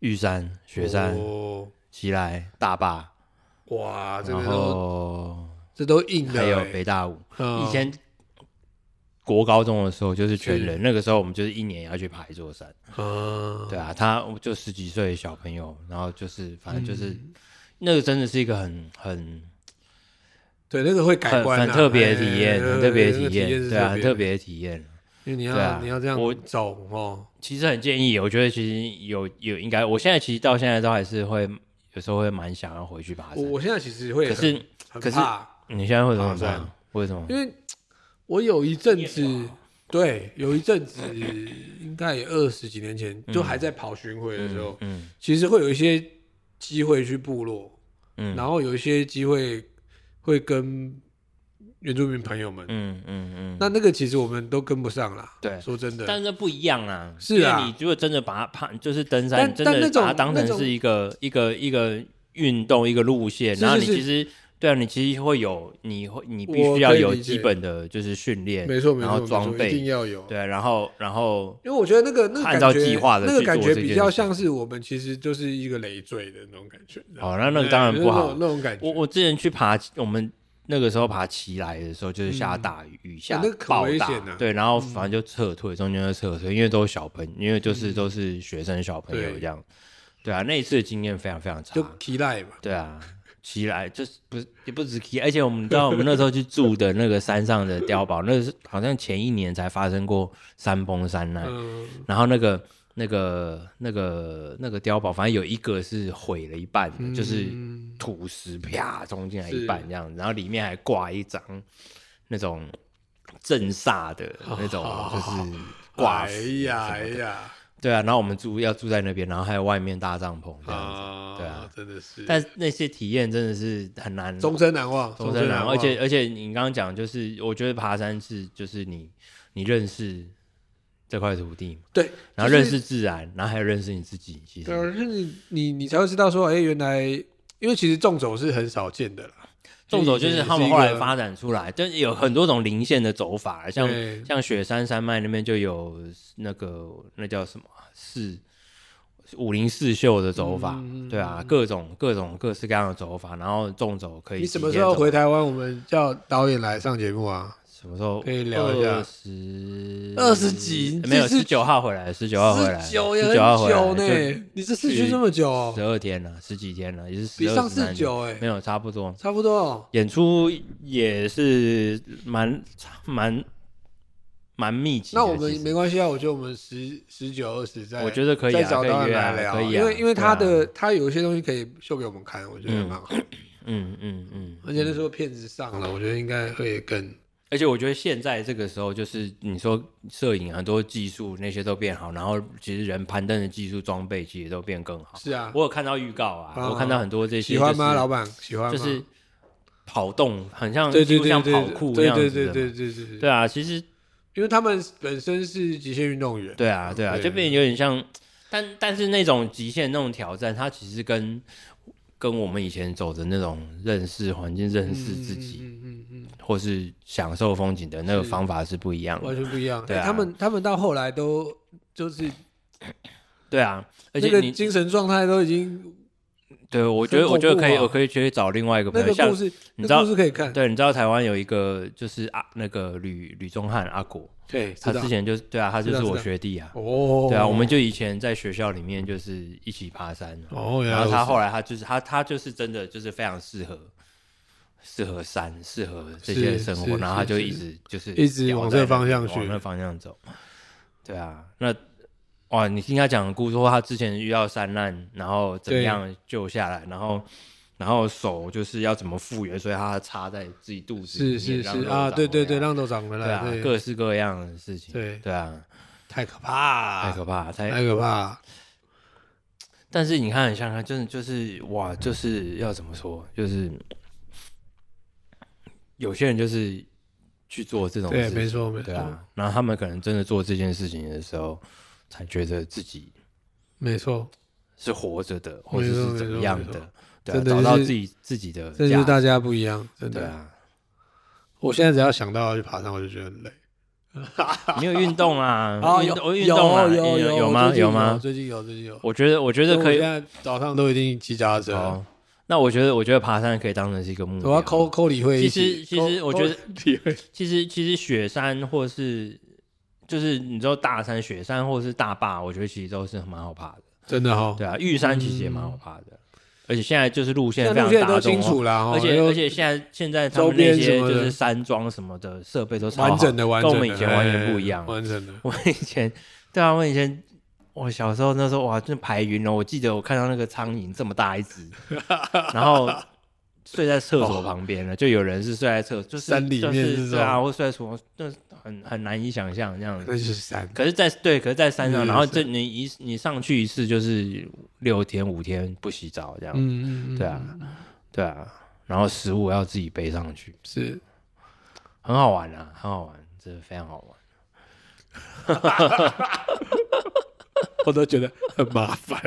[SPEAKER 2] 玉山、雪山、
[SPEAKER 1] 哦，
[SPEAKER 2] 奇来、大坝，
[SPEAKER 1] 哇，这
[SPEAKER 2] 然
[SPEAKER 1] 个都
[SPEAKER 2] 后
[SPEAKER 1] 这都硬的
[SPEAKER 2] 还有
[SPEAKER 1] 欸。
[SPEAKER 2] 北大武。
[SPEAKER 1] 嗯
[SPEAKER 2] 以前国高中的时候就是全人，那个时候我们就是一年要去爬一座山。
[SPEAKER 1] 嗯，
[SPEAKER 2] 对啊，他就十几岁的小朋友，然后就是反正就是、
[SPEAKER 1] 嗯
[SPEAKER 2] 那个真的是一个很很
[SPEAKER 1] 对，那个会改
[SPEAKER 2] 很
[SPEAKER 1] 观啊，
[SPEAKER 2] 很特别的体
[SPEAKER 1] 哎
[SPEAKER 2] 验，很特别的
[SPEAKER 1] 那个
[SPEAKER 2] 体验，
[SPEAKER 1] 是
[SPEAKER 2] 对啊，很
[SPEAKER 1] 别
[SPEAKER 2] 特别的体验。
[SPEAKER 1] 的，因为你
[SPEAKER 2] 对
[SPEAKER 1] 要
[SPEAKER 2] 啊
[SPEAKER 1] 你要这样
[SPEAKER 2] 我
[SPEAKER 1] 走哦，
[SPEAKER 2] 其实很建议，我觉得其实有有应该，我现在其实到现在都还是会有时候会蛮想要回去爬
[SPEAKER 1] 我
[SPEAKER 2] 山，
[SPEAKER 1] 我现在其实会
[SPEAKER 2] 可
[SPEAKER 1] 很
[SPEAKER 2] 是
[SPEAKER 1] 很
[SPEAKER 2] 可是
[SPEAKER 1] 怕，
[SPEAKER 2] 你现在会怎么
[SPEAKER 1] 爬山
[SPEAKER 2] 办？为什么？
[SPEAKER 1] 因为我有一阵子。对，有一阵子应该也二十几年前，就还在跑巡回的时候，
[SPEAKER 2] 嗯
[SPEAKER 1] 其实会有一些机会去部落，
[SPEAKER 2] 嗯
[SPEAKER 1] 然后有一些机会会跟原住民朋友们，
[SPEAKER 2] 嗯嗯嗯，
[SPEAKER 1] 那那个其实我们都跟不上啦。
[SPEAKER 2] 对
[SPEAKER 1] 说真的，
[SPEAKER 2] 但是不一样啊，
[SPEAKER 1] 是啊
[SPEAKER 2] 因为你如果真的把它爬，就是登
[SPEAKER 1] 但
[SPEAKER 2] 山，真
[SPEAKER 1] 但那
[SPEAKER 2] 的
[SPEAKER 1] 种
[SPEAKER 2] 把它当
[SPEAKER 1] 那
[SPEAKER 2] 成
[SPEAKER 1] 种
[SPEAKER 2] 是一个一个一个运动一个路线，
[SPEAKER 1] 是是
[SPEAKER 2] 然后你
[SPEAKER 1] 是
[SPEAKER 2] 其实对啊，你其实会有，你会你必
[SPEAKER 1] 我
[SPEAKER 2] 须要
[SPEAKER 1] 可以
[SPEAKER 2] 有
[SPEAKER 1] 理解
[SPEAKER 2] 基本的就是训练，
[SPEAKER 1] 没错没
[SPEAKER 2] 然
[SPEAKER 1] 错
[SPEAKER 2] 后
[SPEAKER 1] 没
[SPEAKER 2] 装
[SPEAKER 1] 错，一定
[SPEAKER 2] 备，
[SPEAKER 1] 要有。
[SPEAKER 2] 对啊，然后然后
[SPEAKER 1] 因为我觉得那个那个
[SPEAKER 2] 按照
[SPEAKER 1] 感觉
[SPEAKER 2] 计划地
[SPEAKER 1] 那个
[SPEAKER 2] 去
[SPEAKER 1] 感
[SPEAKER 2] 做
[SPEAKER 1] 觉
[SPEAKER 2] 这
[SPEAKER 1] 比
[SPEAKER 2] 件
[SPEAKER 1] 较
[SPEAKER 2] 事
[SPEAKER 1] 像是我们其实就是一个累赘的那种感觉。你知道吗
[SPEAKER 2] 哦那那个
[SPEAKER 1] 对
[SPEAKER 2] 当然
[SPEAKER 1] 就是
[SPEAKER 2] 不
[SPEAKER 1] 那
[SPEAKER 2] 好
[SPEAKER 1] 种那种感觉。
[SPEAKER 2] 我我之前去爬，我们那个时候爬奇来的时候，就是下大雨，雨
[SPEAKER 1] 嗯
[SPEAKER 2] 下
[SPEAKER 1] 哎那个可
[SPEAKER 2] 暴
[SPEAKER 1] 危
[SPEAKER 2] 大，
[SPEAKER 1] 险啊
[SPEAKER 2] 对，然后反正就撤退，中间就撤退，因为都是小朋友，因为就是都是学生小朋友
[SPEAKER 1] 嗯对
[SPEAKER 2] 这样，对啊，那一次的经验非常非常差
[SPEAKER 1] 就，期待嘛，
[SPEAKER 2] 对啊，起来就是不是也不止起来，而且我们知道我们那时候去住的那个山上的碉堡，那是好像前一年才发生过山崩山难，
[SPEAKER 1] 嗯，
[SPEAKER 2] 然后那个那个那个那个碉堡，反正有一个是毁了一半的，就是
[SPEAKER 1] 嗯
[SPEAKER 2] 土石啪冲进来
[SPEAKER 1] 是
[SPEAKER 2] 一半这样子，然后里面还挂一张那种镇煞的那种，就是挂
[SPEAKER 1] 哎
[SPEAKER 2] 符
[SPEAKER 1] 呀
[SPEAKER 2] 什
[SPEAKER 1] 哎
[SPEAKER 2] 么的
[SPEAKER 1] 呀
[SPEAKER 2] 对啊，然后我们住要住在那边，然后还有外面搭帐篷这样子，
[SPEAKER 1] 啊，
[SPEAKER 2] 对啊，
[SPEAKER 1] 真的是，
[SPEAKER 2] 但那些体验真的是很难
[SPEAKER 1] 终身难忘，
[SPEAKER 2] 终
[SPEAKER 1] 身
[SPEAKER 2] 身难忘，
[SPEAKER 1] 忘，
[SPEAKER 2] 啊而且而且你刚刚讲就是，我觉得爬山是就是你你认识这块土地嘛。
[SPEAKER 1] 对，
[SPEAKER 2] 然后
[SPEAKER 1] 就
[SPEAKER 2] 认
[SPEAKER 1] 是
[SPEAKER 2] 识自然，然后还有认识你自己。其
[SPEAKER 1] 对
[SPEAKER 2] 实
[SPEAKER 1] 啊，就是你你你才会知道说，哎、原来因为其实纵走是很少见的啦，
[SPEAKER 2] 纵走就
[SPEAKER 1] 以
[SPEAKER 2] 是
[SPEAKER 1] 前
[SPEAKER 2] 他们
[SPEAKER 1] 也
[SPEAKER 2] 后来
[SPEAKER 1] 一个
[SPEAKER 2] 发展出来，但是有很多种零线的走法，像
[SPEAKER 1] 对
[SPEAKER 2] 像雪山山脉那边就有那个那叫什么啊四五零四秀的走法，
[SPEAKER 1] 嗯
[SPEAKER 2] 对啊，各种各种各式各样的走法，然后纵走可以。
[SPEAKER 1] 你什么时候回？台湾，我们叫导演来上节目啊？
[SPEAKER 2] 什么时候
[SPEAKER 1] 可以聊一下
[SPEAKER 2] 十
[SPEAKER 1] 二十几
[SPEAKER 2] 嗯没有
[SPEAKER 1] 这是
[SPEAKER 2] 十九号回来，十九号回来，
[SPEAKER 1] 十
[SPEAKER 2] 十
[SPEAKER 1] 九也很
[SPEAKER 2] 号回
[SPEAKER 1] 久
[SPEAKER 2] 来，
[SPEAKER 1] 呢，你这次去这么久、哦
[SPEAKER 2] 十二天了，十几天了，也是
[SPEAKER 1] 比
[SPEAKER 2] 12
[SPEAKER 1] 上
[SPEAKER 2] 13
[SPEAKER 1] 次久哎、
[SPEAKER 2] 没有差不多。
[SPEAKER 1] 差不多、哦。
[SPEAKER 2] 演出也是蛮蛮蛮密集的。
[SPEAKER 1] 那我们
[SPEAKER 2] 其实
[SPEAKER 1] 没关系啊，我觉得我们十十九二十再，
[SPEAKER 2] 我觉得可以
[SPEAKER 1] 再
[SPEAKER 2] 啊，
[SPEAKER 1] 找
[SPEAKER 2] 可
[SPEAKER 1] 导
[SPEAKER 2] 以
[SPEAKER 1] 演
[SPEAKER 2] 约啊
[SPEAKER 1] 来，聊，
[SPEAKER 2] 可以啊，
[SPEAKER 1] 因为因为他的、
[SPEAKER 2] 对啊
[SPEAKER 1] 他有一些东西可以秀给我们看，我觉得蛮好。
[SPEAKER 2] 嗯嗯嗯，
[SPEAKER 1] 而且那时候片子上了，我觉得应该会更
[SPEAKER 2] 而且我觉得现在这个时候，就是你说摄影很多技术那些都变好，然后其实人攀登的技术装备其实都变更好。
[SPEAKER 1] 是啊。
[SPEAKER 2] 我有看到预告啊，
[SPEAKER 1] 啊
[SPEAKER 2] 我看到很多这些
[SPEAKER 1] 喜欢
[SPEAKER 2] 就
[SPEAKER 1] 吗，
[SPEAKER 2] 是
[SPEAKER 1] 老板？喜欢吗？
[SPEAKER 2] 就是跑动，很像
[SPEAKER 1] 对对
[SPEAKER 2] 几乎
[SPEAKER 1] 对
[SPEAKER 2] 像
[SPEAKER 1] 对
[SPEAKER 2] 跑酷那
[SPEAKER 1] 对
[SPEAKER 2] 样
[SPEAKER 1] 对
[SPEAKER 2] 子
[SPEAKER 1] 对
[SPEAKER 2] 的
[SPEAKER 1] 对
[SPEAKER 2] 嘛
[SPEAKER 1] 对对对，
[SPEAKER 2] 对啊，其实
[SPEAKER 1] 因为他们本身是极限运动员，
[SPEAKER 2] 对啊，对啊，
[SPEAKER 1] 对
[SPEAKER 2] 这边有点像，但但是那种极限那种挑战，它其实跟跟我们以前走的那种认识环境、认识自己，
[SPEAKER 1] 嗯嗯嗯
[SPEAKER 2] 或是享受风景的那个
[SPEAKER 1] 是
[SPEAKER 2] 方法是不一样
[SPEAKER 1] 嗯，
[SPEAKER 2] 的。
[SPEAKER 1] 完全不一样。
[SPEAKER 2] 对啊
[SPEAKER 1] 哎他们他们到后来都就是
[SPEAKER 2] 对啊，而
[SPEAKER 1] 那
[SPEAKER 2] 且
[SPEAKER 1] 个
[SPEAKER 2] 你、
[SPEAKER 1] 精神状态都已经
[SPEAKER 2] 对我觉得，我觉得可
[SPEAKER 1] 很恐
[SPEAKER 2] 以，
[SPEAKER 1] 怖啊
[SPEAKER 2] 我可以去找另外一个朋
[SPEAKER 1] 那
[SPEAKER 2] 友，
[SPEAKER 1] 个
[SPEAKER 2] 像
[SPEAKER 1] 故事，那
[SPEAKER 2] 你知
[SPEAKER 1] 个
[SPEAKER 2] 道
[SPEAKER 1] 故，事可以看。
[SPEAKER 2] 对，你知道台湾有一个就是啊，那个吕吕宗翰阿果，
[SPEAKER 1] 对，
[SPEAKER 2] 他
[SPEAKER 1] 知道
[SPEAKER 2] 之前就是对啊，他就
[SPEAKER 1] 知
[SPEAKER 2] 是
[SPEAKER 1] 道
[SPEAKER 2] 我
[SPEAKER 1] 知道
[SPEAKER 2] 学弟啊。
[SPEAKER 1] 哦，
[SPEAKER 2] 对啊，我们就以前在学校里面就是一起爬山啊，
[SPEAKER 1] 哦，原
[SPEAKER 2] 然
[SPEAKER 1] 来
[SPEAKER 2] 后他
[SPEAKER 1] 如此
[SPEAKER 2] 后来他就是他他就是真的就是非常适合适合山适合这些生
[SPEAKER 1] 是
[SPEAKER 2] 活，
[SPEAKER 1] 是
[SPEAKER 2] 然后他就是一直就是
[SPEAKER 1] 一直
[SPEAKER 2] 吊
[SPEAKER 1] 往
[SPEAKER 2] 在
[SPEAKER 1] 这
[SPEAKER 2] 那
[SPEAKER 1] 方向去
[SPEAKER 2] 往那方向走。对啊，那哇，你听他讲的故事，说他之前遇到山难，然后怎么
[SPEAKER 1] 对
[SPEAKER 2] 样救下来，然后然后手就是要怎么复原，所以他插在自己肚子里
[SPEAKER 1] 是是
[SPEAKER 2] 面让
[SPEAKER 1] 是
[SPEAKER 2] 肉
[SPEAKER 1] 啊，
[SPEAKER 2] 长
[SPEAKER 1] 对
[SPEAKER 2] 回
[SPEAKER 1] 对对，
[SPEAKER 2] 来
[SPEAKER 1] 让头长回
[SPEAKER 2] 对啊
[SPEAKER 1] 来，，对，
[SPEAKER 2] 各式各样的事情，
[SPEAKER 1] 对啊
[SPEAKER 2] 对啊，
[SPEAKER 1] 太可
[SPEAKER 2] 太
[SPEAKER 1] 怕，
[SPEAKER 2] 可怕，哎太
[SPEAKER 1] 太可怕，
[SPEAKER 2] 但是你看，你想想看，真的就是哇，就是要怎么说，就是有些人就是去做这种
[SPEAKER 1] 对，
[SPEAKER 2] 事
[SPEAKER 1] 没
[SPEAKER 2] 情，
[SPEAKER 1] 错没
[SPEAKER 2] 对
[SPEAKER 1] 错
[SPEAKER 2] 啊，然后他们可能真的做这件事情的时候，才觉得自己
[SPEAKER 1] 没错，
[SPEAKER 2] 是活着的，或者
[SPEAKER 1] 没错
[SPEAKER 2] 是怎么样
[SPEAKER 1] 没错没
[SPEAKER 2] 的，对、啊，
[SPEAKER 1] 真的就
[SPEAKER 2] 找
[SPEAKER 1] 是
[SPEAKER 2] 到自己自己的
[SPEAKER 1] 这就是
[SPEAKER 2] 价值，
[SPEAKER 1] 大家不一样，真
[SPEAKER 2] 对
[SPEAKER 1] 的。
[SPEAKER 2] 啊，
[SPEAKER 1] 我现在只要想到要去爬山，我就觉得很累。
[SPEAKER 2] 没有运动 啊，
[SPEAKER 1] 啊，
[SPEAKER 2] 运
[SPEAKER 1] 有
[SPEAKER 2] 动运动啊，
[SPEAKER 1] 有
[SPEAKER 2] 有
[SPEAKER 1] 有
[SPEAKER 2] 吗？
[SPEAKER 1] 有
[SPEAKER 2] 吗？
[SPEAKER 1] 最近有，最近有。
[SPEAKER 2] 我觉得，我觉
[SPEAKER 1] 所
[SPEAKER 2] 得
[SPEAKER 1] 以我
[SPEAKER 2] 可以
[SPEAKER 1] 现。在早上都已经骑脚踏车了，
[SPEAKER 2] 哦，那我觉得，我觉得爬山可以当成是一个目标。
[SPEAKER 1] 我要抠抠理会一起。
[SPEAKER 2] 其实其实
[SPEAKER 1] 抠
[SPEAKER 2] 我觉得
[SPEAKER 1] 抠理会
[SPEAKER 2] 其实其实雪山或是就是你知道大山、雪山或是大坝，我觉得其实都是蛮好爬的。
[SPEAKER 1] 真的哈，
[SPEAKER 2] 对啊，玉山其实也蛮好爬的，而且现在就是路线
[SPEAKER 1] 嗯现
[SPEAKER 2] 非
[SPEAKER 1] 在路线
[SPEAKER 2] 常大
[SPEAKER 1] 都
[SPEAKER 2] 众
[SPEAKER 1] 清
[SPEAKER 2] 化，
[SPEAKER 1] 楚啦，齁哦
[SPEAKER 2] 而且
[SPEAKER 1] 又
[SPEAKER 2] 而且现在现在他们
[SPEAKER 1] 周边
[SPEAKER 2] 那些
[SPEAKER 1] 什么
[SPEAKER 2] 就
[SPEAKER 1] 的
[SPEAKER 2] 是山庄什么的设备都超好
[SPEAKER 1] 完整的完整的，
[SPEAKER 2] 哦跟我们以前完全不一样
[SPEAKER 1] 哎。完整的。
[SPEAKER 2] 我以前对啊，我以前。我小时候那时候哇，真排云哦！我记得我看到那个苍蝇这么大一只，然后睡在厕所旁边了，就有人是睡在厕，就是
[SPEAKER 1] 哦山里面
[SPEAKER 2] 就
[SPEAKER 1] 这
[SPEAKER 2] 是
[SPEAKER 1] 种
[SPEAKER 2] 对啊，或睡在厨房，那很很难以想象这样子。
[SPEAKER 1] 那就是山，
[SPEAKER 2] 可是在，对，可是，在山上，
[SPEAKER 1] 是
[SPEAKER 2] 然后这你一你上去一次就是六天五天不洗澡这样，
[SPEAKER 1] 嗯嗯嗯，
[SPEAKER 2] 对啊，对啊，然后食物要自己背上去，
[SPEAKER 1] 是
[SPEAKER 2] 很好玩啊，很好玩，真的非常好玩。
[SPEAKER 1] 我都觉得很麻烦。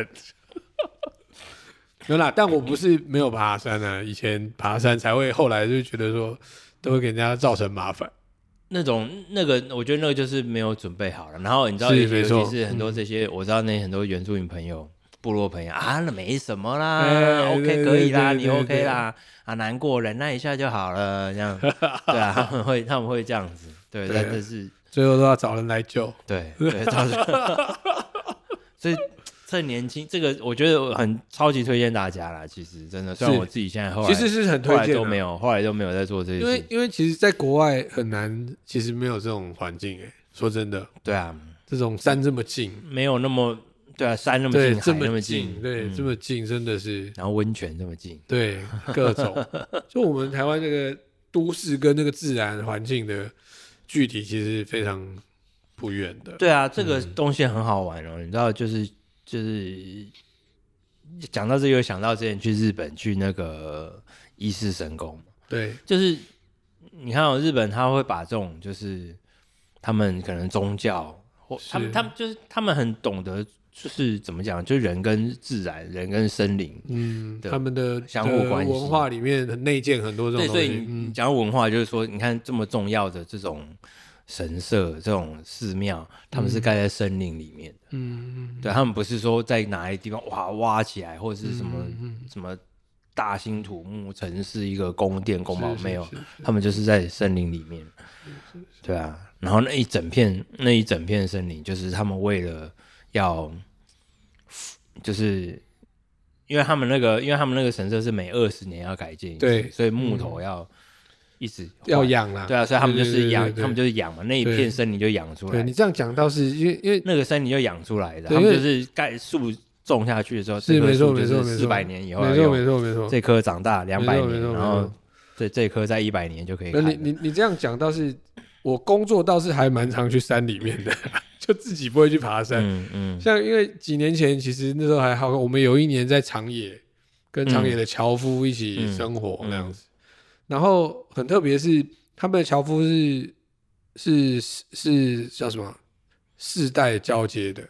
[SPEAKER 1] 有啦，但我不是没有爬山啊，以前爬山才会，后来就觉得说都会给人家造成麻烦。
[SPEAKER 2] 那种那个，我觉得那个就是没有准备好了。然后你知道，
[SPEAKER 1] 是
[SPEAKER 2] 尤其
[SPEAKER 1] 没错嗯
[SPEAKER 2] 尤其是很多这些，我知道那很多原住民朋友、部落朋友啊，那没什么啦、
[SPEAKER 1] 哎
[SPEAKER 2] o
[SPEAKER 1] 对
[SPEAKER 2] k 可以啦，
[SPEAKER 1] 对对
[SPEAKER 2] 你
[SPEAKER 1] 对
[SPEAKER 2] OK 啦，啊，难过忍耐一下就好了，这样，对啊，他们会他们会这样子，对，
[SPEAKER 1] 对
[SPEAKER 2] 但这是
[SPEAKER 1] 最后都要找人来救，
[SPEAKER 2] 对对，到时候 所以趁年轻，这个我觉得我很超级推荐大家啦。其实真的，虽然
[SPEAKER 1] 是
[SPEAKER 2] 我自己现在后来
[SPEAKER 1] 其实是很
[SPEAKER 2] 后
[SPEAKER 1] 推
[SPEAKER 2] 来
[SPEAKER 1] 荐、
[SPEAKER 2] 都
[SPEAKER 1] 啊，
[SPEAKER 2] 没有，后来都没有在做这些
[SPEAKER 1] 因
[SPEAKER 2] 事
[SPEAKER 1] 为
[SPEAKER 2] 情。
[SPEAKER 1] 因为其实在国外很难，其实没有这种环境哎、说真的，
[SPEAKER 2] 对啊，
[SPEAKER 1] 这种山这么近，
[SPEAKER 2] 没有那么对啊，山那么
[SPEAKER 1] 对，
[SPEAKER 2] 近，
[SPEAKER 1] 这
[SPEAKER 2] 海那么
[SPEAKER 1] 近，对，
[SPEAKER 2] 嗯
[SPEAKER 1] 这么近，真的是
[SPEAKER 2] 然后温泉这么近，
[SPEAKER 1] 对各种，就我们台湾这个都市跟那个自然环境的距离其实非常不远的，
[SPEAKER 2] 对啊，这个东西很好玩哦。你知道，就是就是讲到这个，又想到之前去日本去那个伊势神宫，
[SPEAKER 1] 对
[SPEAKER 2] 就是你看、哦、日本他会把这种就是他们可能宗教或
[SPEAKER 1] 是
[SPEAKER 2] 他们他们就是他们很懂得就是怎么讲，就人跟自然、人跟森林。
[SPEAKER 1] 嗯，
[SPEAKER 2] 对
[SPEAKER 1] 他们的
[SPEAKER 2] 相互
[SPEAKER 1] 的
[SPEAKER 2] 关系
[SPEAKER 1] 文化里面很内建很多这
[SPEAKER 2] 对，
[SPEAKER 1] 种东
[SPEAKER 2] 所以
[SPEAKER 1] 西，
[SPEAKER 2] 你
[SPEAKER 1] 嗯，
[SPEAKER 2] 讲到文化，就是说，你看这么重要的这种神社、这种寺庙，他们是盖在森林里面的。
[SPEAKER 1] 嗯，
[SPEAKER 2] 对他们不是说在哪一地方哇挖起来，或者是什么、
[SPEAKER 1] 嗯
[SPEAKER 2] 什么大兴土木城市一个宫殿宫堡
[SPEAKER 1] 是是
[SPEAKER 2] 没有
[SPEAKER 1] 是，
[SPEAKER 2] 他们就是在森林里面，对啊，然后那一整片那一整片森林，就是他们为了要，就是因为他们那个因为他们那个神社是每二十年要改建一次，
[SPEAKER 1] 对
[SPEAKER 2] 所以木头要一直
[SPEAKER 1] 要
[SPEAKER 2] 换，
[SPEAKER 1] 养啦，
[SPEAKER 2] 对啊，所以他们就
[SPEAKER 1] 对
[SPEAKER 2] 是
[SPEAKER 1] 对
[SPEAKER 2] 养，
[SPEAKER 1] 对对
[SPEAKER 2] 他们就是养嘛，那一
[SPEAKER 1] 对
[SPEAKER 2] 片森林就养出来
[SPEAKER 1] 对，你这样讲倒是因为因为
[SPEAKER 2] 那个山你就养出来的，
[SPEAKER 1] 对
[SPEAKER 2] 他们
[SPEAKER 1] 因为
[SPEAKER 2] 就是盖树种下去的时候，
[SPEAKER 1] 是
[SPEAKER 2] 这棵
[SPEAKER 1] 没错
[SPEAKER 2] 树就
[SPEAKER 1] 没错
[SPEAKER 2] 是
[SPEAKER 1] 没
[SPEAKER 2] 四
[SPEAKER 1] 错
[SPEAKER 2] 百年以后要
[SPEAKER 1] 没错
[SPEAKER 2] 用
[SPEAKER 1] 没错没错，
[SPEAKER 2] 这棵长大两百
[SPEAKER 1] 没
[SPEAKER 2] 年，
[SPEAKER 1] 错
[SPEAKER 2] 然
[SPEAKER 1] 没
[SPEAKER 2] 后
[SPEAKER 1] 错
[SPEAKER 2] 这这棵在一百年就可以
[SPEAKER 1] 那
[SPEAKER 2] 看了。
[SPEAKER 1] 你你你这样讲倒是，我工作倒是还蛮常去山里面的， 就自己不会去爬山。
[SPEAKER 2] 嗯嗯，
[SPEAKER 1] 像因为几年前其实那时候还好，我们有一年在长野跟长野的樵夫一起生活
[SPEAKER 2] 嗯嗯嗯
[SPEAKER 1] 那样子，然后很特别是他们的樵夫是是是是叫什么世代交接的，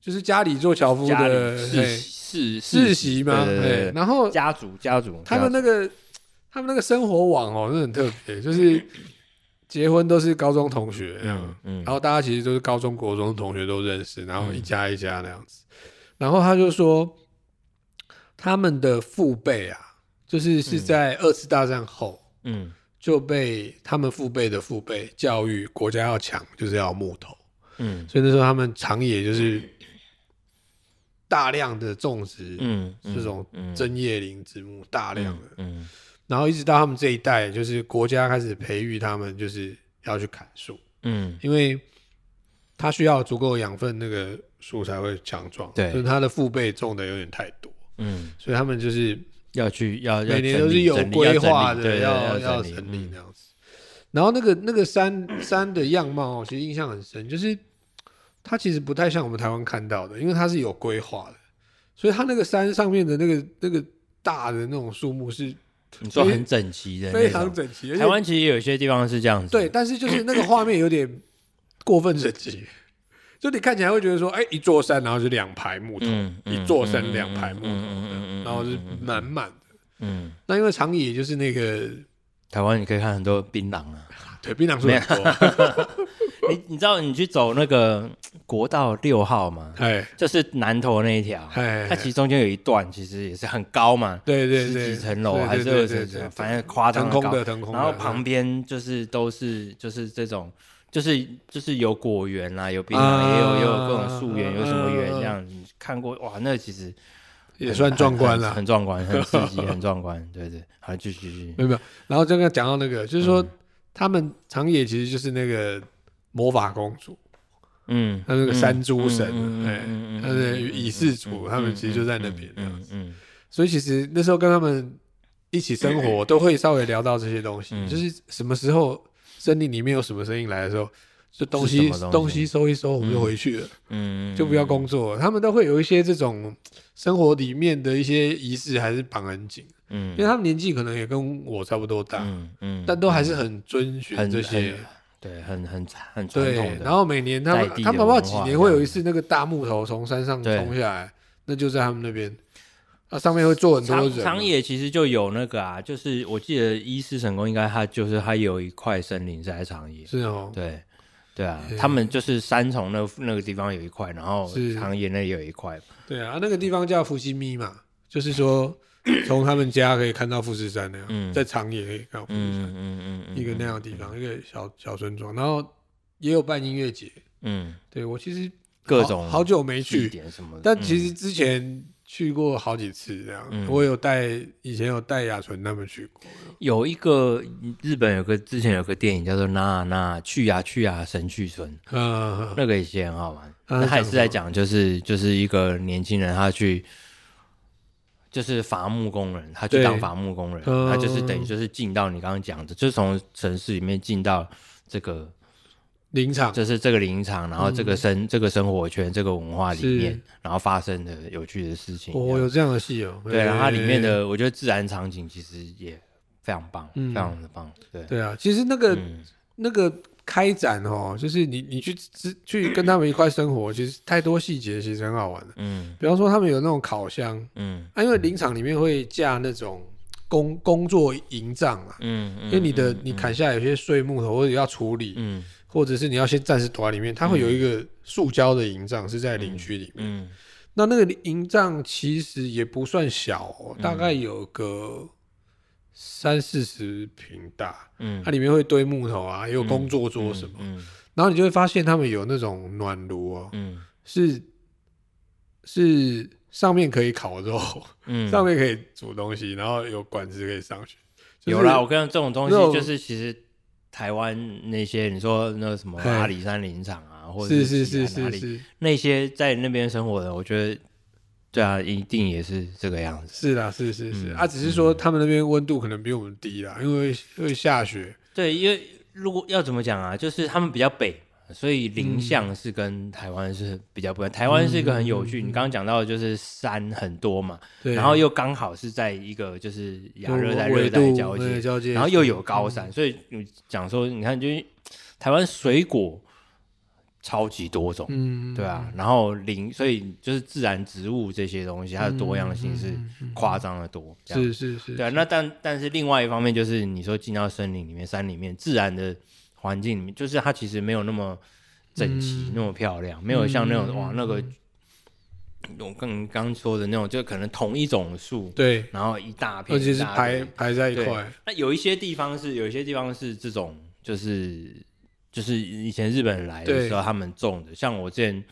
[SPEAKER 1] 就是家里做樵夫
[SPEAKER 2] 家里
[SPEAKER 1] 的
[SPEAKER 2] 世
[SPEAKER 1] 嘿
[SPEAKER 2] 世
[SPEAKER 1] 世袭嘛，
[SPEAKER 2] 对
[SPEAKER 1] 嘿
[SPEAKER 2] 对对对，
[SPEAKER 1] 然后
[SPEAKER 2] 家族家族，
[SPEAKER 1] 他们
[SPEAKER 2] 家
[SPEAKER 1] 那个他们那个生活网哦，是很特别， 就是结婚都是高中同学
[SPEAKER 2] 族
[SPEAKER 1] 那样，
[SPEAKER 2] 嗯
[SPEAKER 1] 然后大家其实都是高中、国中同学都认识，然后
[SPEAKER 2] 嗯
[SPEAKER 1] 一家一家那样子。然后他就说，他们的父辈啊，就是是在二次大战后。
[SPEAKER 2] 嗯
[SPEAKER 1] 就被他们父辈的父辈教育，国家要强就是要有木头，
[SPEAKER 2] 嗯
[SPEAKER 1] 所以那时候他们长野就是大量的种植
[SPEAKER 2] 嗯嗯
[SPEAKER 1] 这种
[SPEAKER 2] 嗯
[SPEAKER 1] 针叶林植物，大量的，
[SPEAKER 2] 嗯
[SPEAKER 1] 然后一直到他们这一代，就是国家开始培育他们，就是要去砍树，
[SPEAKER 2] 嗯
[SPEAKER 1] 因为它需要足够的养分，那个树才会强壮。
[SPEAKER 2] 对
[SPEAKER 1] 就是它的父辈种的有点太多，
[SPEAKER 2] 嗯，
[SPEAKER 1] 所以他们就是
[SPEAKER 2] 要去要要
[SPEAKER 1] 每年
[SPEAKER 2] 整
[SPEAKER 1] 都
[SPEAKER 2] 理
[SPEAKER 1] 是有
[SPEAKER 2] 整理
[SPEAKER 1] 规
[SPEAKER 2] 要整理
[SPEAKER 1] 划
[SPEAKER 2] 对
[SPEAKER 1] 的，
[SPEAKER 2] 对
[SPEAKER 1] 要
[SPEAKER 2] 要
[SPEAKER 1] 整
[SPEAKER 2] 整
[SPEAKER 1] 理嗯
[SPEAKER 2] 理
[SPEAKER 1] 那样子。然后那个那个山山的样貌哦，其实印象很深，就是它其实不太像我们台湾看到的，因为它是有规划的，所以它那个山上面的那个那个大的那种树木是
[SPEAKER 2] 嗯你说很整齐的
[SPEAKER 1] 非
[SPEAKER 2] 那
[SPEAKER 1] 常
[SPEAKER 2] 种。
[SPEAKER 1] 整齐，而且
[SPEAKER 2] 台湾其实有些地方是这样子，
[SPEAKER 1] 对，但是就是那个画面有点过分整齐， 就你看起来会觉得说，哎、一座山，然后就两排木头，
[SPEAKER 2] 嗯，嗯，
[SPEAKER 1] 一座山
[SPEAKER 2] 嗯
[SPEAKER 1] 两排木头，
[SPEAKER 2] 嗯
[SPEAKER 1] 然后就是满满的。
[SPEAKER 2] 嗯，
[SPEAKER 1] 那因为长野就是那个
[SPEAKER 2] 台湾你可以看很多槟榔啊。
[SPEAKER 1] 对槟榔树很 多，
[SPEAKER 2] 你你知道你去走那个国道六号吗？
[SPEAKER 1] 哎
[SPEAKER 2] 就是南投那一 条，
[SPEAKER 1] 哎，
[SPEAKER 2] 它其中间有一段其实也是很高嘛，
[SPEAKER 1] 对对
[SPEAKER 2] 十
[SPEAKER 1] 对，
[SPEAKER 2] 几层楼
[SPEAKER 1] 对
[SPEAKER 2] 还是
[SPEAKER 1] 对对
[SPEAKER 2] 二十
[SPEAKER 1] 对
[SPEAKER 2] 层，
[SPEAKER 1] 对
[SPEAKER 2] 反正夸张
[SPEAKER 1] 腾
[SPEAKER 2] 地
[SPEAKER 1] 空
[SPEAKER 2] 高。
[SPEAKER 1] 的腾空的，嗯
[SPEAKER 2] 然后旁边就是都是就是这种，就是就是有果园啦，有槟榔，
[SPEAKER 1] 啊
[SPEAKER 2] 也有也有各种树园，有什么
[SPEAKER 1] 嗯
[SPEAKER 2] 园
[SPEAKER 1] 嗯嗯
[SPEAKER 2] 这样，你看过哇？那其实
[SPEAKER 1] 也算壮观
[SPEAKER 2] 了，
[SPEAKER 1] 了。
[SPEAKER 2] 很壮观，很刺 激，很壮观。对对，好，继续继续。
[SPEAKER 1] 没有没有，然后这个讲到那个，就是说、
[SPEAKER 2] 嗯
[SPEAKER 1] 他们长野其实就是那个魔法公主，
[SPEAKER 2] 嗯，
[SPEAKER 1] 他那个山猪神
[SPEAKER 2] 嗯，
[SPEAKER 1] 哎
[SPEAKER 2] 嗯嗯嗯嗯嗯
[SPEAKER 1] 他的以示主
[SPEAKER 2] 嗯
[SPEAKER 1] 他们其实就在那边这样
[SPEAKER 2] 嗯嗯
[SPEAKER 1] 所以其实那时候跟他们一起生 活，都会稍微聊到这些东西，
[SPEAKER 2] 嗯
[SPEAKER 1] 就是什么时候森林里面有什么声音来的时候，就东
[SPEAKER 2] 是
[SPEAKER 1] 西
[SPEAKER 2] 什么东西
[SPEAKER 1] 西收一收，我们就回去了，
[SPEAKER 2] 嗯，
[SPEAKER 1] 就不要工作了。他们都会有一些这种生活里面的一些仪式，还是绑很紧，
[SPEAKER 2] 嗯，
[SPEAKER 1] 因为他们年纪可能也跟我差不多大，
[SPEAKER 2] 嗯嗯，
[SPEAKER 1] 但都还是很遵循
[SPEAKER 2] 很哎
[SPEAKER 1] 这些。
[SPEAKER 2] 很对，很很很传统
[SPEAKER 1] 对，
[SPEAKER 2] 的，
[SPEAKER 1] 然后每年他们
[SPEAKER 2] 在地的
[SPEAKER 1] 他们好不好
[SPEAKER 2] 文
[SPEAKER 1] 几
[SPEAKER 2] 化
[SPEAKER 1] 年会有一次那个大木头从山上
[SPEAKER 2] 对
[SPEAKER 1] 冲下来，那就在他们那边，啊，上面会坐很多
[SPEAKER 2] 长
[SPEAKER 1] 人嘛。
[SPEAKER 2] 长野其实就有那个啊，就是我记得伊势神宫应该它就是它有一块森林是在长野，
[SPEAKER 1] 是哦，
[SPEAKER 2] 对。对啊，他们就是三重那那个地方有一块，然后
[SPEAKER 1] 是
[SPEAKER 2] 长野那里有一块，
[SPEAKER 1] 对啊，那个地方叫伏羲咪嘛，就是 说从他们家可以看到富士山那样，
[SPEAKER 2] 嗯
[SPEAKER 1] 在长野可以看到富士山、
[SPEAKER 2] 嗯嗯嗯嗯，
[SPEAKER 1] 一个那样的地方，一个小小村庄，然后也有办音乐节。
[SPEAKER 2] 嗯，
[SPEAKER 1] 对我其实
[SPEAKER 2] 各种
[SPEAKER 1] 好好久没
[SPEAKER 2] 地
[SPEAKER 1] 去，
[SPEAKER 2] 点什么的。
[SPEAKER 1] 但其实之前去过好几次这样。
[SPEAKER 2] 嗯
[SPEAKER 1] 我有带以前有带雅纯他们去过，
[SPEAKER 2] 有一个日本有个之前有个电影叫做《那那去呀、去呀、神去村》，
[SPEAKER 1] 嗯，
[SPEAKER 2] 那个也是很好玩。
[SPEAKER 1] 嗯
[SPEAKER 2] 那他也是在
[SPEAKER 1] 讲
[SPEAKER 2] 讲，就是就是一个年轻人，他去就是伐木工人，他去
[SPEAKER 1] 对
[SPEAKER 2] 当伐木工人，
[SPEAKER 1] 嗯
[SPEAKER 2] 他就是等于就是进到你刚刚讲的，就是从城市里面进到这个，
[SPEAKER 1] 林场，
[SPEAKER 2] 就是这个啊林场，然后这个生、这个生活圈、这个文化里面
[SPEAKER 1] 嗯是，
[SPEAKER 2] 然后发生的有趣的事情。
[SPEAKER 1] 哦，有这样的戏哦。
[SPEAKER 2] 对，啊然后它里面
[SPEAKER 1] 哎，
[SPEAKER 2] 的我觉得自然场景其实也非常棒，
[SPEAKER 1] 嗯
[SPEAKER 2] 非常的棒。对，
[SPEAKER 1] 对啊，其实那个
[SPEAKER 2] 嗯。
[SPEAKER 1] 那个开展哦，就是你你去之去跟他们一块生活，其实太多细节，其实很好玩的。
[SPEAKER 2] 嗯
[SPEAKER 1] 比方说，他们有那种烤箱，
[SPEAKER 2] 嗯
[SPEAKER 1] 啊，因为林场里面会架那种工工作营帐嘛，
[SPEAKER 2] 嗯，
[SPEAKER 1] 因为你的
[SPEAKER 2] 嗯
[SPEAKER 1] 你砍下来有些碎木头或者要处理，
[SPEAKER 2] 嗯
[SPEAKER 1] 或者是你要先暂时躲在里面，它会有一个塑胶的营帐是在林区里面。
[SPEAKER 2] 嗯
[SPEAKER 1] 那那个营帐其实也不算小、哦，大概有个三四十平大，
[SPEAKER 2] 嗯，
[SPEAKER 1] 它里面会堆木头啊，也有工作桌什么，
[SPEAKER 2] 嗯
[SPEAKER 1] 然后你就会发现他们有那种暖炉哦，
[SPEAKER 2] 嗯
[SPEAKER 1] 是是上面可以烤肉。
[SPEAKER 2] 嗯，
[SPEAKER 1] 上面可以煮东西，然后有管子可以上去。就是
[SPEAKER 2] 有啦。我跟你讲，这种东西
[SPEAKER 1] 那种
[SPEAKER 2] 就是其实台湾那些你说那什么
[SPEAKER 1] 嘿
[SPEAKER 2] 阿里山林场啊，或者
[SPEAKER 1] 是是
[SPEAKER 2] 是
[SPEAKER 1] 是
[SPEAKER 2] 哪
[SPEAKER 1] 是
[SPEAKER 2] 里
[SPEAKER 1] 是
[SPEAKER 2] 那些在那边生活的，我觉得对啊，一定也是这个样子。
[SPEAKER 1] 是啦，是是是
[SPEAKER 2] 嗯
[SPEAKER 1] 啊，只是说他们那边温度可能比我们低啦，因为会下雪。
[SPEAKER 2] 对，因为如果要怎么讲啊，就是他们比较北。所以林相是跟台湾是比较不一样，台湾是一个很
[SPEAKER 1] 嗯
[SPEAKER 2] 有趣，你刚刚讲到的就是山很多嘛，
[SPEAKER 1] 对，
[SPEAKER 2] 然后又刚好是在一个就是亚
[SPEAKER 1] 有
[SPEAKER 2] 热带、
[SPEAKER 1] 纬
[SPEAKER 2] 热带
[SPEAKER 1] 度
[SPEAKER 2] 交
[SPEAKER 1] 对
[SPEAKER 2] 界，
[SPEAKER 1] 交界，嗯
[SPEAKER 2] 然后又有高山，所以你讲说，你看就是台湾水果超级多种，
[SPEAKER 1] 嗯，
[SPEAKER 2] 对啊，然后林，所以就是自然植物这些东西，它的多样
[SPEAKER 1] 嗯
[SPEAKER 2] 性是夸张的多，这样
[SPEAKER 1] 是是是，
[SPEAKER 2] 对啊。那但但是另外一方面就是你说进到森林里面、山里面，自然的环境里面，就是它其实没有那么整
[SPEAKER 1] 嗯
[SPEAKER 2] 齐、那么漂亮，没有像那种、哇那个。我刚刚说的那种，就可能同一种树，
[SPEAKER 1] 对，
[SPEAKER 2] 然后一大片，
[SPEAKER 1] 而且
[SPEAKER 2] 一
[SPEAKER 1] 是
[SPEAKER 2] 大
[SPEAKER 1] 排
[SPEAKER 2] 堆
[SPEAKER 1] 排在一
[SPEAKER 2] 对
[SPEAKER 1] 块，
[SPEAKER 2] 那有一些地方是，有一些地方是这种，就是就是以前日本人来的
[SPEAKER 1] 对
[SPEAKER 2] 时候他们种的，像我之前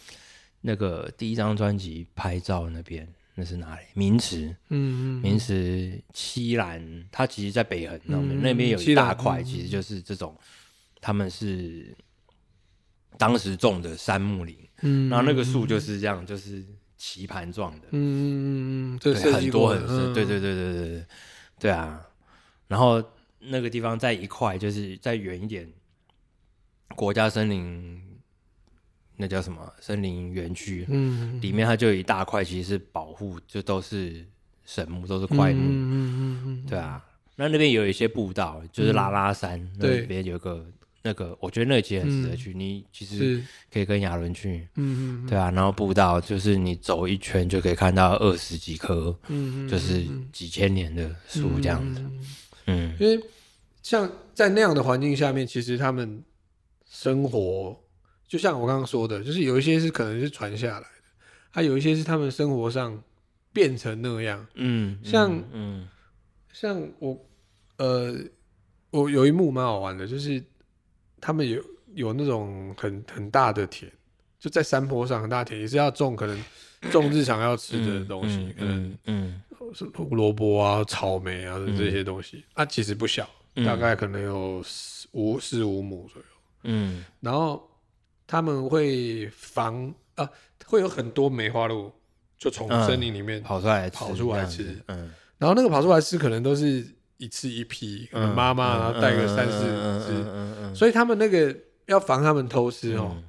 [SPEAKER 2] 那个第一张专辑拍照那边，那是哪里？明池，
[SPEAKER 1] 嗯嗯，
[SPEAKER 2] 明池西兰，它其实在北横那边，
[SPEAKER 1] 嗯
[SPEAKER 2] 那边有一
[SPEAKER 1] 西兰
[SPEAKER 2] 大块，
[SPEAKER 1] 嗯
[SPEAKER 2] 其实就是这种，他们是当时种的杉木林，
[SPEAKER 1] 嗯，
[SPEAKER 2] 然后那个树就是这样，就是棋盘状的，
[SPEAKER 1] 嗯嗯嗯嗯，这
[SPEAKER 2] 对，
[SPEAKER 1] 设
[SPEAKER 2] 很
[SPEAKER 1] 计
[SPEAKER 2] 多
[SPEAKER 1] 过
[SPEAKER 2] 很
[SPEAKER 1] 的
[SPEAKER 2] 深，
[SPEAKER 1] 嗯
[SPEAKER 2] 对对对对对对，对啊。然后那个地方在一块，就是再远一点，国家森林，那叫什么森林园区、
[SPEAKER 1] 嗯，嗯
[SPEAKER 2] 里面，它就有一大块，其实是保护，就都是神木，都是块
[SPEAKER 1] 嗯
[SPEAKER 2] 木，
[SPEAKER 1] 嗯嗯嗯嗯，
[SPEAKER 2] 对啊。那那边有一些步道，就是拉拉山、
[SPEAKER 1] 对嗯
[SPEAKER 2] 那边有个那个，我觉得那个其实很值得去。你其实
[SPEAKER 1] 是，
[SPEAKER 2] 可以跟亚伦去，
[SPEAKER 1] 嗯嗯
[SPEAKER 2] 对啊。然后步道就是你走一圈就可以看到二十几棵
[SPEAKER 1] 嗯嗯，
[SPEAKER 2] 就是几千年的树这样子。
[SPEAKER 1] 嗯。嗯嗯
[SPEAKER 2] 嗯
[SPEAKER 1] 因为像在那样的环境下面，其实他们生活就像我刚刚说的，就是有一些是可能是传下来的，还、有一些是他们生活上变成那样。
[SPEAKER 2] 嗯，
[SPEAKER 1] 像
[SPEAKER 2] 嗯
[SPEAKER 1] 像我，呃，我有一幕蛮好玩的，就是他们有有那种很很大的田，就在山坡上很大的田，也是要种可能种日常要吃的东西，可能
[SPEAKER 2] 嗯嗯
[SPEAKER 1] 是胡萝卜啊、草莓啊这些东西，它、其实不小，
[SPEAKER 2] 嗯
[SPEAKER 1] 大概可能有四五四五亩左右。
[SPEAKER 2] 嗯
[SPEAKER 1] 然后他们会防啊，会有很多梅花鹿就从
[SPEAKER 2] 嗯
[SPEAKER 1] 森林里面，
[SPEAKER 2] 嗯，跑出来吃
[SPEAKER 1] 跑出来吃
[SPEAKER 2] 这样子，嗯，
[SPEAKER 1] 然后那个跑出来吃，可能都是一次一批，可能妈妈、啊然后带个三四
[SPEAKER 2] 嗯
[SPEAKER 1] 只，
[SPEAKER 2] 嗯嗯
[SPEAKER 1] 所以他们那个要防他们偷吃哦，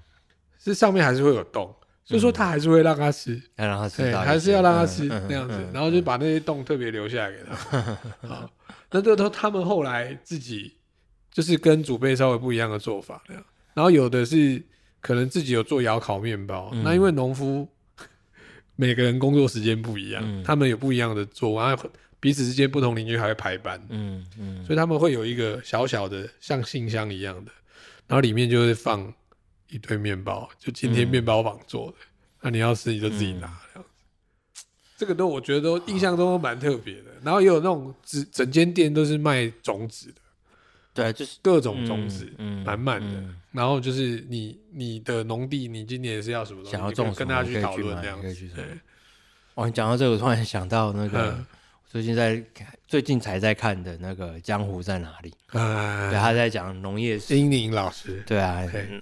[SPEAKER 1] 是上面还是会有洞，所以
[SPEAKER 2] 嗯
[SPEAKER 1] 说他还是会让它吃。
[SPEAKER 2] 要让他吃
[SPEAKER 1] 对，
[SPEAKER 2] 到一些，
[SPEAKER 1] 哎还是要让他
[SPEAKER 2] 嗯
[SPEAKER 1] 吃
[SPEAKER 2] 嗯
[SPEAKER 1] 那样子
[SPEAKER 2] 嗯，
[SPEAKER 1] 然后就把那些洞特别留下来给 他。好，那这都他们后来自己就是跟祖辈稍微不一样的做法那样。然后有的是可能自己有做窑烤面包，
[SPEAKER 2] 嗯
[SPEAKER 1] 那因为农夫 每个人工作时间不一样，
[SPEAKER 2] 嗯
[SPEAKER 1] 他们有不一样的做，然后彼此之间不同邻居还会排班，
[SPEAKER 2] 嗯嗯
[SPEAKER 1] 所以他们会有一个小小的像信箱一样的，然后里面就是放一堆面包，就今
[SPEAKER 2] 嗯
[SPEAKER 1] 天面包坊做的，那、你要吃你就自己拿、这样子。这个都我觉得都印象中都蛮特别的，然后也有那种只整间店都是卖种子的，
[SPEAKER 2] 对，啊就是
[SPEAKER 1] 各种种子，
[SPEAKER 2] 嗯嗯
[SPEAKER 1] 满满的。
[SPEAKER 2] 嗯
[SPEAKER 1] 然后就是你你的农地，你今年是要什么东西？
[SPEAKER 2] 想要
[SPEAKER 1] 你可以
[SPEAKER 2] 种什
[SPEAKER 1] 跟
[SPEAKER 2] 么
[SPEAKER 1] 大家去
[SPEAKER 2] 你可以
[SPEAKER 1] 讨
[SPEAKER 2] 去
[SPEAKER 1] 论
[SPEAKER 2] 买
[SPEAKER 1] 这样
[SPEAKER 2] 你可以
[SPEAKER 1] 子
[SPEAKER 2] 去什
[SPEAKER 1] 对
[SPEAKER 2] 么哦，你讲到这个，我突然想到那个
[SPEAKER 1] 嗯
[SPEAKER 2] 最近在看最近才在看的那个《江湖在哪里》，对，
[SPEAKER 1] 哎，
[SPEAKER 2] 他在讲农业史，
[SPEAKER 1] 英宁老师，
[SPEAKER 2] 对啊
[SPEAKER 1] 对，
[SPEAKER 2] 嗯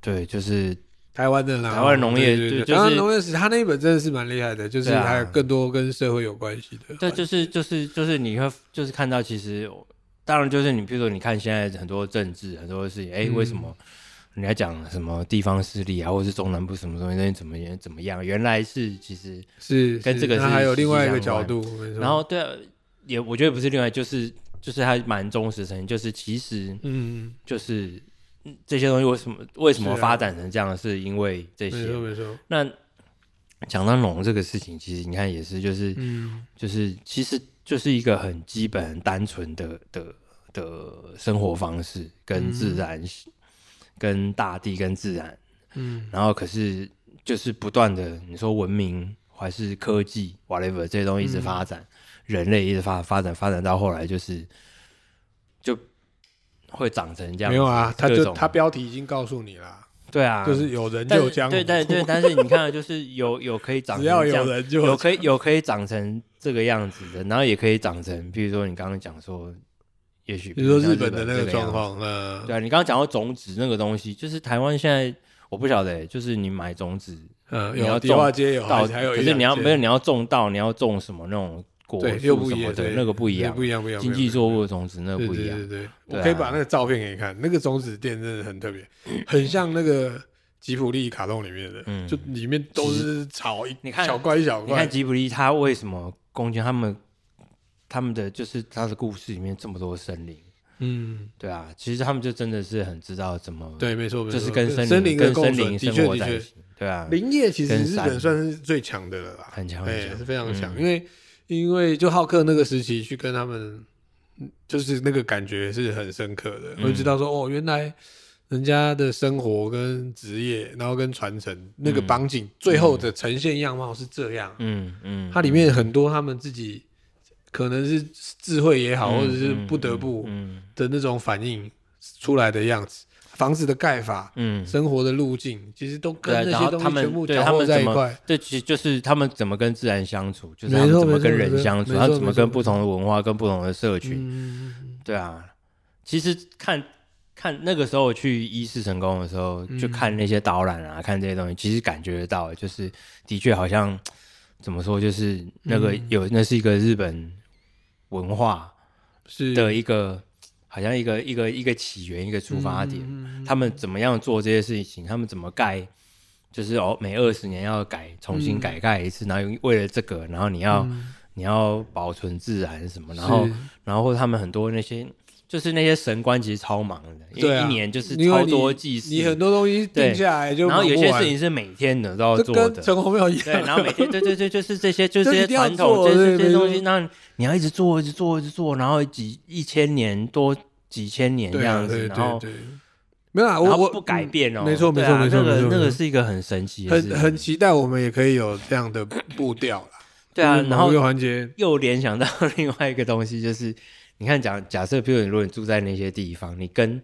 [SPEAKER 2] 对，就是
[SPEAKER 1] 台湾的啦，
[SPEAKER 2] 台湾农业
[SPEAKER 1] 对对对
[SPEAKER 2] 就就是
[SPEAKER 1] 当然农业史，他那一本真的是蛮厉害的，就是
[SPEAKER 2] 对啊
[SPEAKER 1] 还有更多跟社会有关系的。
[SPEAKER 2] 对，啊就是就是就是你会就是看到，其实当然就是你，比如说你看现在很多政治很多事情，哎、为什么人家讲什么地方势力啊，或者是中南部什么东西东西怎么样怎么样？原来是其实，
[SPEAKER 1] 是
[SPEAKER 2] 跟
[SPEAKER 1] 是
[SPEAKER 2] 这个
[SPEAKER 1] 那
[SPEAKER 2] 是
[SPEAKER 1] 还有
[SPEAKER 2] 息息
[SPEAKER 1] 另外一个
[SPEAKER 2] 相
[SPEAKER 1] 角
[SPEAKER 2] 关
[SPEAKER 1] 度，没错
[SPEAKER 2] 然后对、啊，也我觉得不是另外就是就是还蛮忠实成，就是其实
[SPEAKER 1] 嗯，
[SPEAKER 2] 就是嗯这些东西为什么为什么
[SPEAKER 1] 是啊
[SPEAKER 2] 发展成这样，是因为这
[SPEAKER 1] 嗯没
[SPEAKER 2] 些。
[SPEAKER 1] 错没错，
[SPEAKER 2] 那讲到农这个事情，其实你看也是就是。
[SPEAKER 1] 嗯，
[SPEAKER 2] 就是其实就是一个很基本、很单纯的的的生活方式，跟自然、跟大地、跟自然。
[SPEAKER 1] 嗯，
[SPEAKER 2] 然后可是就是不断的，你说文明还是科技，whatever 这些东西一
[SPEAKER 1] 嗯
[SPEAKER 2] 直发展，人类一直发发展发展到后来就是就会长成这样
[SPEAKER 1] 没
[SPEAKER 2] 子。
[SPEAKER 1] 有啊，他
[SPEAKER 2] 各
[SPEAKER 1] 就
[SPEAKER 2] 种
[SPEAKER 1] 他标题已经告诉你啦，
[SPEAKER 2] 对啊，
[SPEAKER 1] 就是有人
[SPEAKER 2] 但
[SPEAKER 1] 就有
[SPEAKER 2] 是
[SPEAKER 1] 江湖，
[SPEAKER 2] 对对对，但是你看，啊就是有有可以长
[SPEAKER 1] 只
[SPEAKER 2] 成
[SPEAKER 1] 要
[SPEAKER 2] 这样
[SPEAKER 1] 有人就
[SPEAKER 2] 有可以有可以长成这个样子的，然后也可以长成，比如说你刚刚讲说，也许
[SPEAKER 1] 比如说
[SPEAKER 2] 像
[SPEAKER 1] 日
[SPEAKER 2] 日
[SPEAKER 1] 本的那个
[SPEAKER 2] 这个
[SPEAKER 1] 状
[SPEAKER 2] 样
[SPEAKER 1] 况，呃
[SPEAKER 2] 子，，对啊，你刚刚讲到种子那个东西，就是台湾现在我不晓得欸、就是你买种子
[SPEAKER 1] 嗯，
[SPEAKER 2] 你
[SPEAKER 1] 有
[SPEAKER 2] 要
[SPEAKER 1] 迪化
[SPEAKER 2] 种
[SPEAKER 1] 街有，
[SPEAKER 2] 到，
[SPEAKER 1] 还有
[SPEAKER 2] 可
[SPEAKER 1] 一
[SPEAKER 2] 是
[SPEAKER 1] 两
[SPEAKER 2] 你要
[SPEAKER 1] 间
[SPEAKER 2] 没有你要种到，你要种什么那种果
[SPEAKER 1] 对
[SPEAKER 2] 树
[SPEAKER 1] 又不
[SPEAKER 2] 什
[SPEAKER 1] 一
[SPEAKER 2] 么
[SPEAKER 1] 样，
[SPEAKER 2] 的
[SPEAKER 1] 对
[SPEAKER 2] 那个不一样
[SPEAKER 1] 不，一样，不一样，
[SPEAKER 2] 经
[SPEAKER 1] 不一
[SPEAKER 2] 济
[SPEAKER 1] 样
[SPEAKER 2] 作物的种子那个
[SPEAKER 1] 对
[SPEAKER 2] 不
[SPEAKER 1] 对
[SPEAKER 2] 一
[SPEAKER 1] 对
[SPEAKER 2] 样，
[SPEAKER 1] 对，
[SPEAKER 2] 对
[SPEAKER 1] 我可以
[SPEAKER 2] 啊
[SPEAKER 1] 把那个照片给你看，那个种子店真的很特别，很像那个吉普力卡通里面的，
[SPEAKER 2] 嗯
[SPEAKER 1] 就里面都是草一，
[SPEAKER 2] 你看
[SPEAKER 1] 小块一小
[SPEAKER 2] 你看
[SPEAKER 1] 块，
[SPEAKER 2] 吉卜力，他为什么攻坚他们他们的就是他的故事里面这么多森林？
[SPEAKER 1] 嗯，
[SPEAKER 2] 对啊，其实他们就真的是很知道怎么，，
[SPEAKER 1] 对，没错，没错，
[SPEAKER 2] 就是跟森
[SPEAKER 1] 森
[SPEAKER 2] 林
[SPEAKER 1] 林的
[SPEAKER 2] 跟
[SPEAKER 1] 共
[SPEAKER 2] 森
[SPEAKER 1] 存，
[SPEAKER 2] 林
[SPEAKER 1] 的
[SPEAKER 2] 生
[SPEAKER 1] 确
[SPEAKER 2] 活
[SPEAKER 1] 的
[SPEAKER 2] 在一
[SPEAKER 1] 确，
[SPEAKER 2] 起，对啊，
[SPEAKER 1] 林业其实
[SPEAKER 2] 跟
[SPEAKER 1] 日
[SPEAKER 2] 山
[SPEAKER 1] 本算是最强的了啦，
[SPEAKER 2] 很强
[SPEAKER 1] 对，
[SPEAKER 2] 很
[SPEAKER 1] 是
[SPEAKER 2] 强，
[SPEAKER 1] 非常强，
[SPEAKER 2] 嗯
[SPEAKER 1] 因为因为就浩克那个时期去跟他们，嗯就是那个感觉是很深刻的，
[SPEAKER 2] 嗯
[SPEAKER 1] 会知道说哦，原来人家的生活跟职业，然后跟传承那个绑紧，最后的呈现样貌是这样。
[SPEAKER 2] 嗯嗯，
[SPEAKER 1] 它里面很多他们自己可能是智慧也好，
[SPEAKER 2] 嗯
[SPEAKER 1] 或者是不得不
[SPEAKER 2] 嗯
[SPEAKER 1] 的那种反应出来的样子，房子的盖法。
[SPEAKER 2] 嗯，嗯
[SPEAKER 1] 生活的路径其实都
[SPEAKER 2] 对啊，
[SPEAKER 1] 跟那
[SPEAKER 2] 然
[SPEAKER 1] 些
[SPEAKER 2] 后
[SPEAKER 1] 东
[SPEAKER 2] 他
[SPEAKER 1] 西全
[SPEAKER 2] 们
[SPEAKER 1] 部
[SPEAKER 2] 对
[SPEAKER 1] 搅
[SPEAKER 2] 他
[SPEAKER 1] 和
[SPEAKER 2] 们
[SPEAKER 1] 在
[SPEAKER 2] 怎
[SPEAKER 1] 一
[SPEAKER 2] 么
[SPEAKER 1] 块，，
[SPEAKER 2] 对，其实就是他们怎么跟自然相处，就是
[SPEAKER 1] 没
[SPEAKER 2] 他们
[SPEAKER 1] 错
[SPEAKER 2] 怎么
[SPEAKER 1] 没错
[SPEAKER 2] 跟
[SPEAKER 1] 没
[SPEAKER 2] 人
[SPEAKER 1] 错
[SPEAKER 2] 相处，
[SPEAKER 1] 没
[SPEAKER 2] 他
[SPEAKER 1] 错
[SPEAKER 2] 怎么
[SPEAKER 1] 没错
[SPEAKER 2] 跟不同的文化、跟不同的社群，
[SPEAKER 1] 嗯，嗯
[SPEAKER 2] 对啊，其实看看那个时候去一世成功的时候，就
[SPEAKER 1] 嗯
[SPEAKER 2] 看那些导览啊，看这些东西，其实感觉得到，就是的确好像怎么说，就是那个
[SPEAKER 1] 嗯
[SPEAKER 2] 有、那是一个日本文化
[SPEAKER 1] 嗯是
[SPEAKER 2] 的一个好像一个一个一个起源，一个出发点。
[SPEAKER 1] 嗯
[SPEAKER 2] 他们怎么样做这些事情，他们怎么盖，就是哦，每二十年要改，重新
[SPEAKER 1] 嗯
[SPEAKER 2] 改盖一次，然后为了这个，然后你要、你要保存自然什么，然后
[SPEAKER 1] 嗯是
[SPEAKER 2] 然后他们很多那些就是那些神官其实超忙的，因
[SPEAKER 1] 对
[SPEAKER 2] 为
[SPEAKER 1] 啊
[SPEAKER 2] 一年就是
[SPEAKER 1] 因为
[SPEAKER 2] 超
[SPEAKER 1] 你
[SPEAKER 2] 多祭
[SPEAKER 1] 你很
[SPEAKER 2] 祀，
[SPEAKER 1] 多东西定下来就
[SPEAKER 2] 然后有
[SPEAKER 1] 忙
[SPEAKER 2] 些
[SPEAKER 1] 不完
[SPEAKER 2] 事情是每天的都要
[SPEAKER 1] 这
[SPEAKER 2] 做
[SPEAKER 1] 跟
[SPEAKER 2] 的。
[SPEAKER 1] 陈红庙一
[SPEAKER 2] 对，
[SPEAKER 1] 样，
[SPEAKER 2] 然后每天对对对，就是这 些，就是
[SPEAKER 1] 就
[SPEAKER 2] 这
[SPEAKER 1] 一
[SPEAKER 2] 些
[SPEAKER 1] 定要
[SPEAKER 2] 传统，
[SPEAKER 1] 做
[SPEAKER 2] 这
[SPEAKER 1] 对
[SPEAKER 2] 些这
[SPEAKER 1] 没
[SPEAKER 2] 些
[SPEAKER 1] 错
[SPEAKER 2] 东西，那你要一直做，一直做，一直做，然后几一千年多几千年 这
[SPEAKER 1] 对啊
[SPEAKER 2] 样
[SPEAKER 1] 对
[SPEAKER 2] 子，然后
[SPEAKER 1] 对对，没有啊，
[SPEAKER 2] 然
[SPEAKER 1] 我
[SPEAKER 2] 后
[SPEAKER 1] 我
[SPEAKER 2] 不改变哦，
[SPEAKER 1] 嗯没错
[SPEAKER 2] 对
[SPEAKER 1] 没错
[SPEAKER 2] 啊
[SPEAKER 1] 没错
[SPEAKER 2] 那
[SPEAKER 1] 没
[SPEAKER 2] 个
[SPEAKER 1] 错
[SPEAKER 2] 那
[SPEAKER 1] 没错
[SPEAKER 2] 个是一个很神奇的事
[SPEAKER 1] 很
[SPEAKER 2] 情，
[SPEAKER 1] 很期待我们也可以有这样的步调啦。
[SPEAKER 2] 对啊，
[SPEAKER 1] 就是
[SPEAKER 2] 然
[SPEAKER 1] 某
[SPEAKER 2] 后
[SPEAKER 1] 一个环节，
[SPEAKER 2] 又联想到 另外一个东西，就是你看假假设，比如你如果你住在那些地方，你跟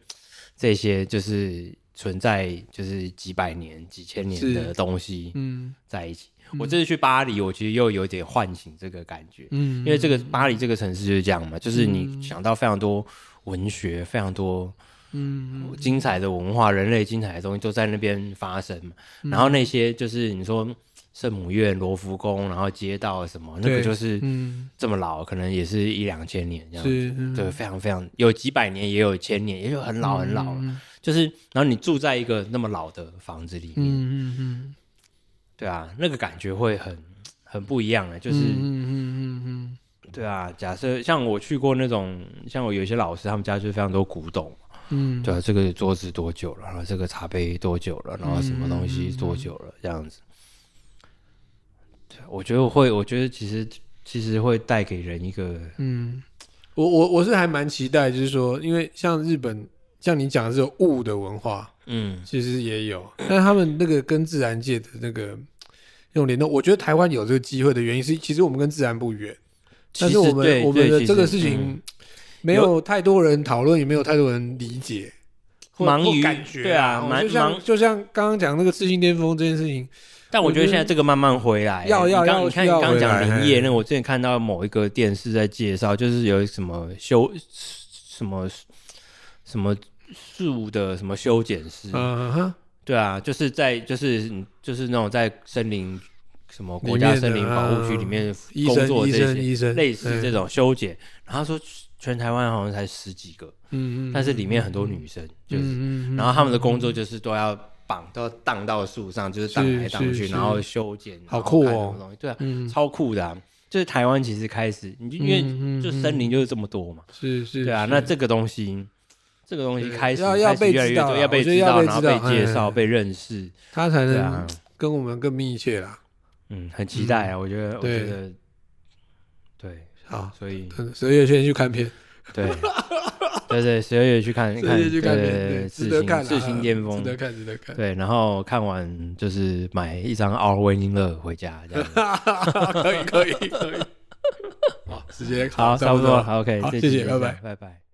[SPEAKER 2] 这些就是存在就是几百年、几千年
[SPEAKER 1] 是
[SPEAKER 2] 的东西
[SPEAKER 1] 嗯
[SPEAKER 2] 在一起。我这次去巴黎，我其实又有点唤醒这个感觉，
[SPEAKER 1] 嗯，
[SPEAKER 2] 因为这个巴黎这个城市就是这样嘛，就是你想到非常多文学，非常多
[SPEAKER 1] 嗯
[SPEAKER 2] 精彩的文化、人类精彩的东西都在那边发生嘛。
[SPEAKER 1] 嗯
[SPEAKER 2] 然后那些就是你说圣母院、罗浮宫，然后街道什么，那个
[SPEAKER 1] 对
[SPEAKER 2] 就是
[SPEAKER 1] 嗯
[SPEAKER 2] 这么老，可能也是一两千年这样子。
[SPEAKER 1] 是嗯
[SPEAKER 2] 对，非常非常有几百年，也有千年，也有很老很老了。
[SPEAKER 1] 嗯
[SPEAKER 2] 就是，然后你住在一个那么老的房子里面，
[SPEAKER 1] 嗯嗯嗯
[SPEAKER 2] 对啊，那个感觉会很很不一样的。啊就是，
[SPEAKER 1] 嗯嗯嗯
[SPEAKER 2] 对啊，假设像我去过那种，像我有一些老师，他们家就是非常多古董，
[SPEAKER 1] 嗯
[SPEAKER 2] 对啊，这个桌子多久了？然后这个茶杯多久了？然后什么东西多久了？这样子，对，我觉得我会，我觉得其实其实会带给人一个，
[SPEAKER 1] 嗯，我我我是还蛮期待，就是说，因为像日本，像你讲的这种物的文化，
[SPEAKER 2] 嗯
[SPEAKER 1] 其实也有，但他们那个跟自然界的那个那种联动，我觉得台湾有这个机会的原因是，其实我们跟自然不远，但
[SPEAKER 2] 其
[SPEAKER 1] 是
[SPEAKER 2] 实
[SPEAKER 1] 我们
[SPEAKER 2] 对
[SPEAKER 1] 我们
[SPEAKER 2] 对
[SPEAKER 1] 的
[SPEAKER 2] 其
[SPEAKER 1] 这个
[SPEAKER 2] 实
[SPEAKER 1] 事情
[SPEAKER 2] 嗯
[SPEAKER 1] 没有太多人讨论，也没有太多人理解，或
[SPEAKER 2] 忙
[SPEAKER 1] 或
[SPEAKER 2] 于
[SPEAKER 1] 感觉
[SPEAKER 2] 对啊
[SPEAKER 1] 哦
[SPEAKER 2] 蛮
[SPEAKER 1] 就
[SPEAKER 2] 忙
[SPEAKER 1] 像就像刚刚讲那个自信巅峰这件事情，
[SPEAKER 2] 但我觉得现在这个慢慢回来，欸
[SPEAKER 1] 要
[SPEAKER 2] 你
[SPEAKER 1] 要
[SPEAKER 2] 刚
[SPEAKER 1] 要
[SPEAKER 2] 你看你
[SPEAKER 1] 要
[SPEAKER 2] 刚刚讲
[SPEAKER 1] 回来
[SPEAKER 2] 林业
[SPEAKER 1] 嘿
[SPEAKER 2] 那个，我之前看到某一个电视在介绍，就是有什么修什么什么树的什么修剪师，
[SPEAKER 1] 嗯哼，
[SPEAKER 2] 对啊，就是在就是就是那种在森林什么国家
[SPEAKER 1] 里面的啊
[SPEAKER 2] 森林保护区里面
[SPEAKER 1] 医
[SPEAKER 2] 工作
[SPEAKER 1] 生
[SPEAKER 2] 的
[SPEAKER 1] 医
[SPEAKER 2] 这
[SPEAKER 1] 生
[SPEAKER 2] 些
[SPEAKER 1] 医生
[SPEAKER 2] 类似这
[SPEAKER 1] 种，
[SPEAKER 2] 种修剪，然后他说全台湾好像才十几个，
[SPEAKER 1] 嗯嗯，
[SPEAKER 2] 但是里面很多女生，就是
[SPEAKER 1] 嗯嗯嗯
[SPEAKER 2] 然后他们的工作就是都要绑，都要荡到树上，就是荡来荡
[SPEAKER 1] 是
[SPEAKER 2] 去，
[SPEAKER 1] 是
[SPEAKER 2] 然后修剪，
[SPEAKER 1] 好
[SPEAKER 2] 然后
[SPEAKER 1] 酷
[SPEAKER 2] 看什
[SPEAKER 1] 哦
[SPEAKER 2] 么东西，对啊，
[SPEAKER 1] 嗯
[SPEAKER 2] 超酷的、啊。就是台湾其实开始，你就因为
[SPEAKER 1] 嗯嗯
[SPEAKER 2] 就
[SPEAKER 1] 嗯
[SPEAKER 2] 森林就是这么多嘛，
[SPEAKER 1] 是是，
[SPEAKER 2] 对啊，
[SPEAKER 1] 是
[SPEAKER 2] 那这个东西，这个东西
[SPEAKER 1] 对
[SPEAKER 2] 开始
[SPEAKER 1] 要要
[SPEAKER 2] 开始
[SPEAKER 1] 被
[SPEAKER 2] 越来
[SPEAKER 1] 知
[SPEAKER 2] 越
[SPEAKER 1] 道
[SPEAKER 2] 多，
[SPEAKER 1] 啊
[SPEAKER 2] 要
[SPEAKER 1] 我
[SPEAKER 2] 被
[SPEAKER 1] 觉得
[SPEAKER 2] 知
[SPEAKER 1] 要
[SPEAKER 2] 道，
[SPEAKER 1] 被
[SPEAKER 2] 然后
[SPEAKER 1] 知道
[SPEAKER 2] 被介
[SPEAKER 1] 嗯
[SPEAKER 2] 绍、被认识，
[SPEAKER 1] 他才
[SPEAKER 2] 对
[SPEAKER 1] 能
[SPEAKER 2] 啊
[SPEAKER 1] 跟我们更密切啦。
[SPEAKER 2] 嗯，很期待啊，我觉得，我
[SPEAKER 1] 对
[SPEAKER 2] 觉得，对，
[SPEAKER 1] 好，
[SPEAKER 2] 所以
[SPEAKER 1] 十二月先去看片，
[SPEAKER 2] 对，对对，十二月去看
[SPEAKER 1] 十
[SPEAKER 2] 看，
[SPEAKER 1] 二
[SPEAKER 2] 对
[SPEAKER 1] 月去看片，
[SPEAKER 2] 对对，
[SPEAKER 1] 值
[SPEAKER 2] 四
[SPEAKER 1] 得
[SPEAKER 2] 星
[SPEAKER 1] 看啦，
[SPEAKER 2] 四星巅峰
[SPEAKER 1] 值，得看，值得 看。
[SPEAKER 2] 对，然后看完就是买一张 Our Winning 乐回家，这样子。
[SPEAKER 1] 哈哈哈可以，可以，可以。好，时间
[SPEAKER 2] 好，差不多，
[SPEAKER 1] 了
[SPEAKER 2] 好，OK，
[SPEAKER 1] 好
[SPEAKER 2] 这
[SPEAKER 1] 谢
[SPEAKER 2] 集
[SPEAKER 1] 谢
[SPEAKER 2] 就这
[SPEAKER 1] 拜
[SPEAKER 2] 样，拜拜。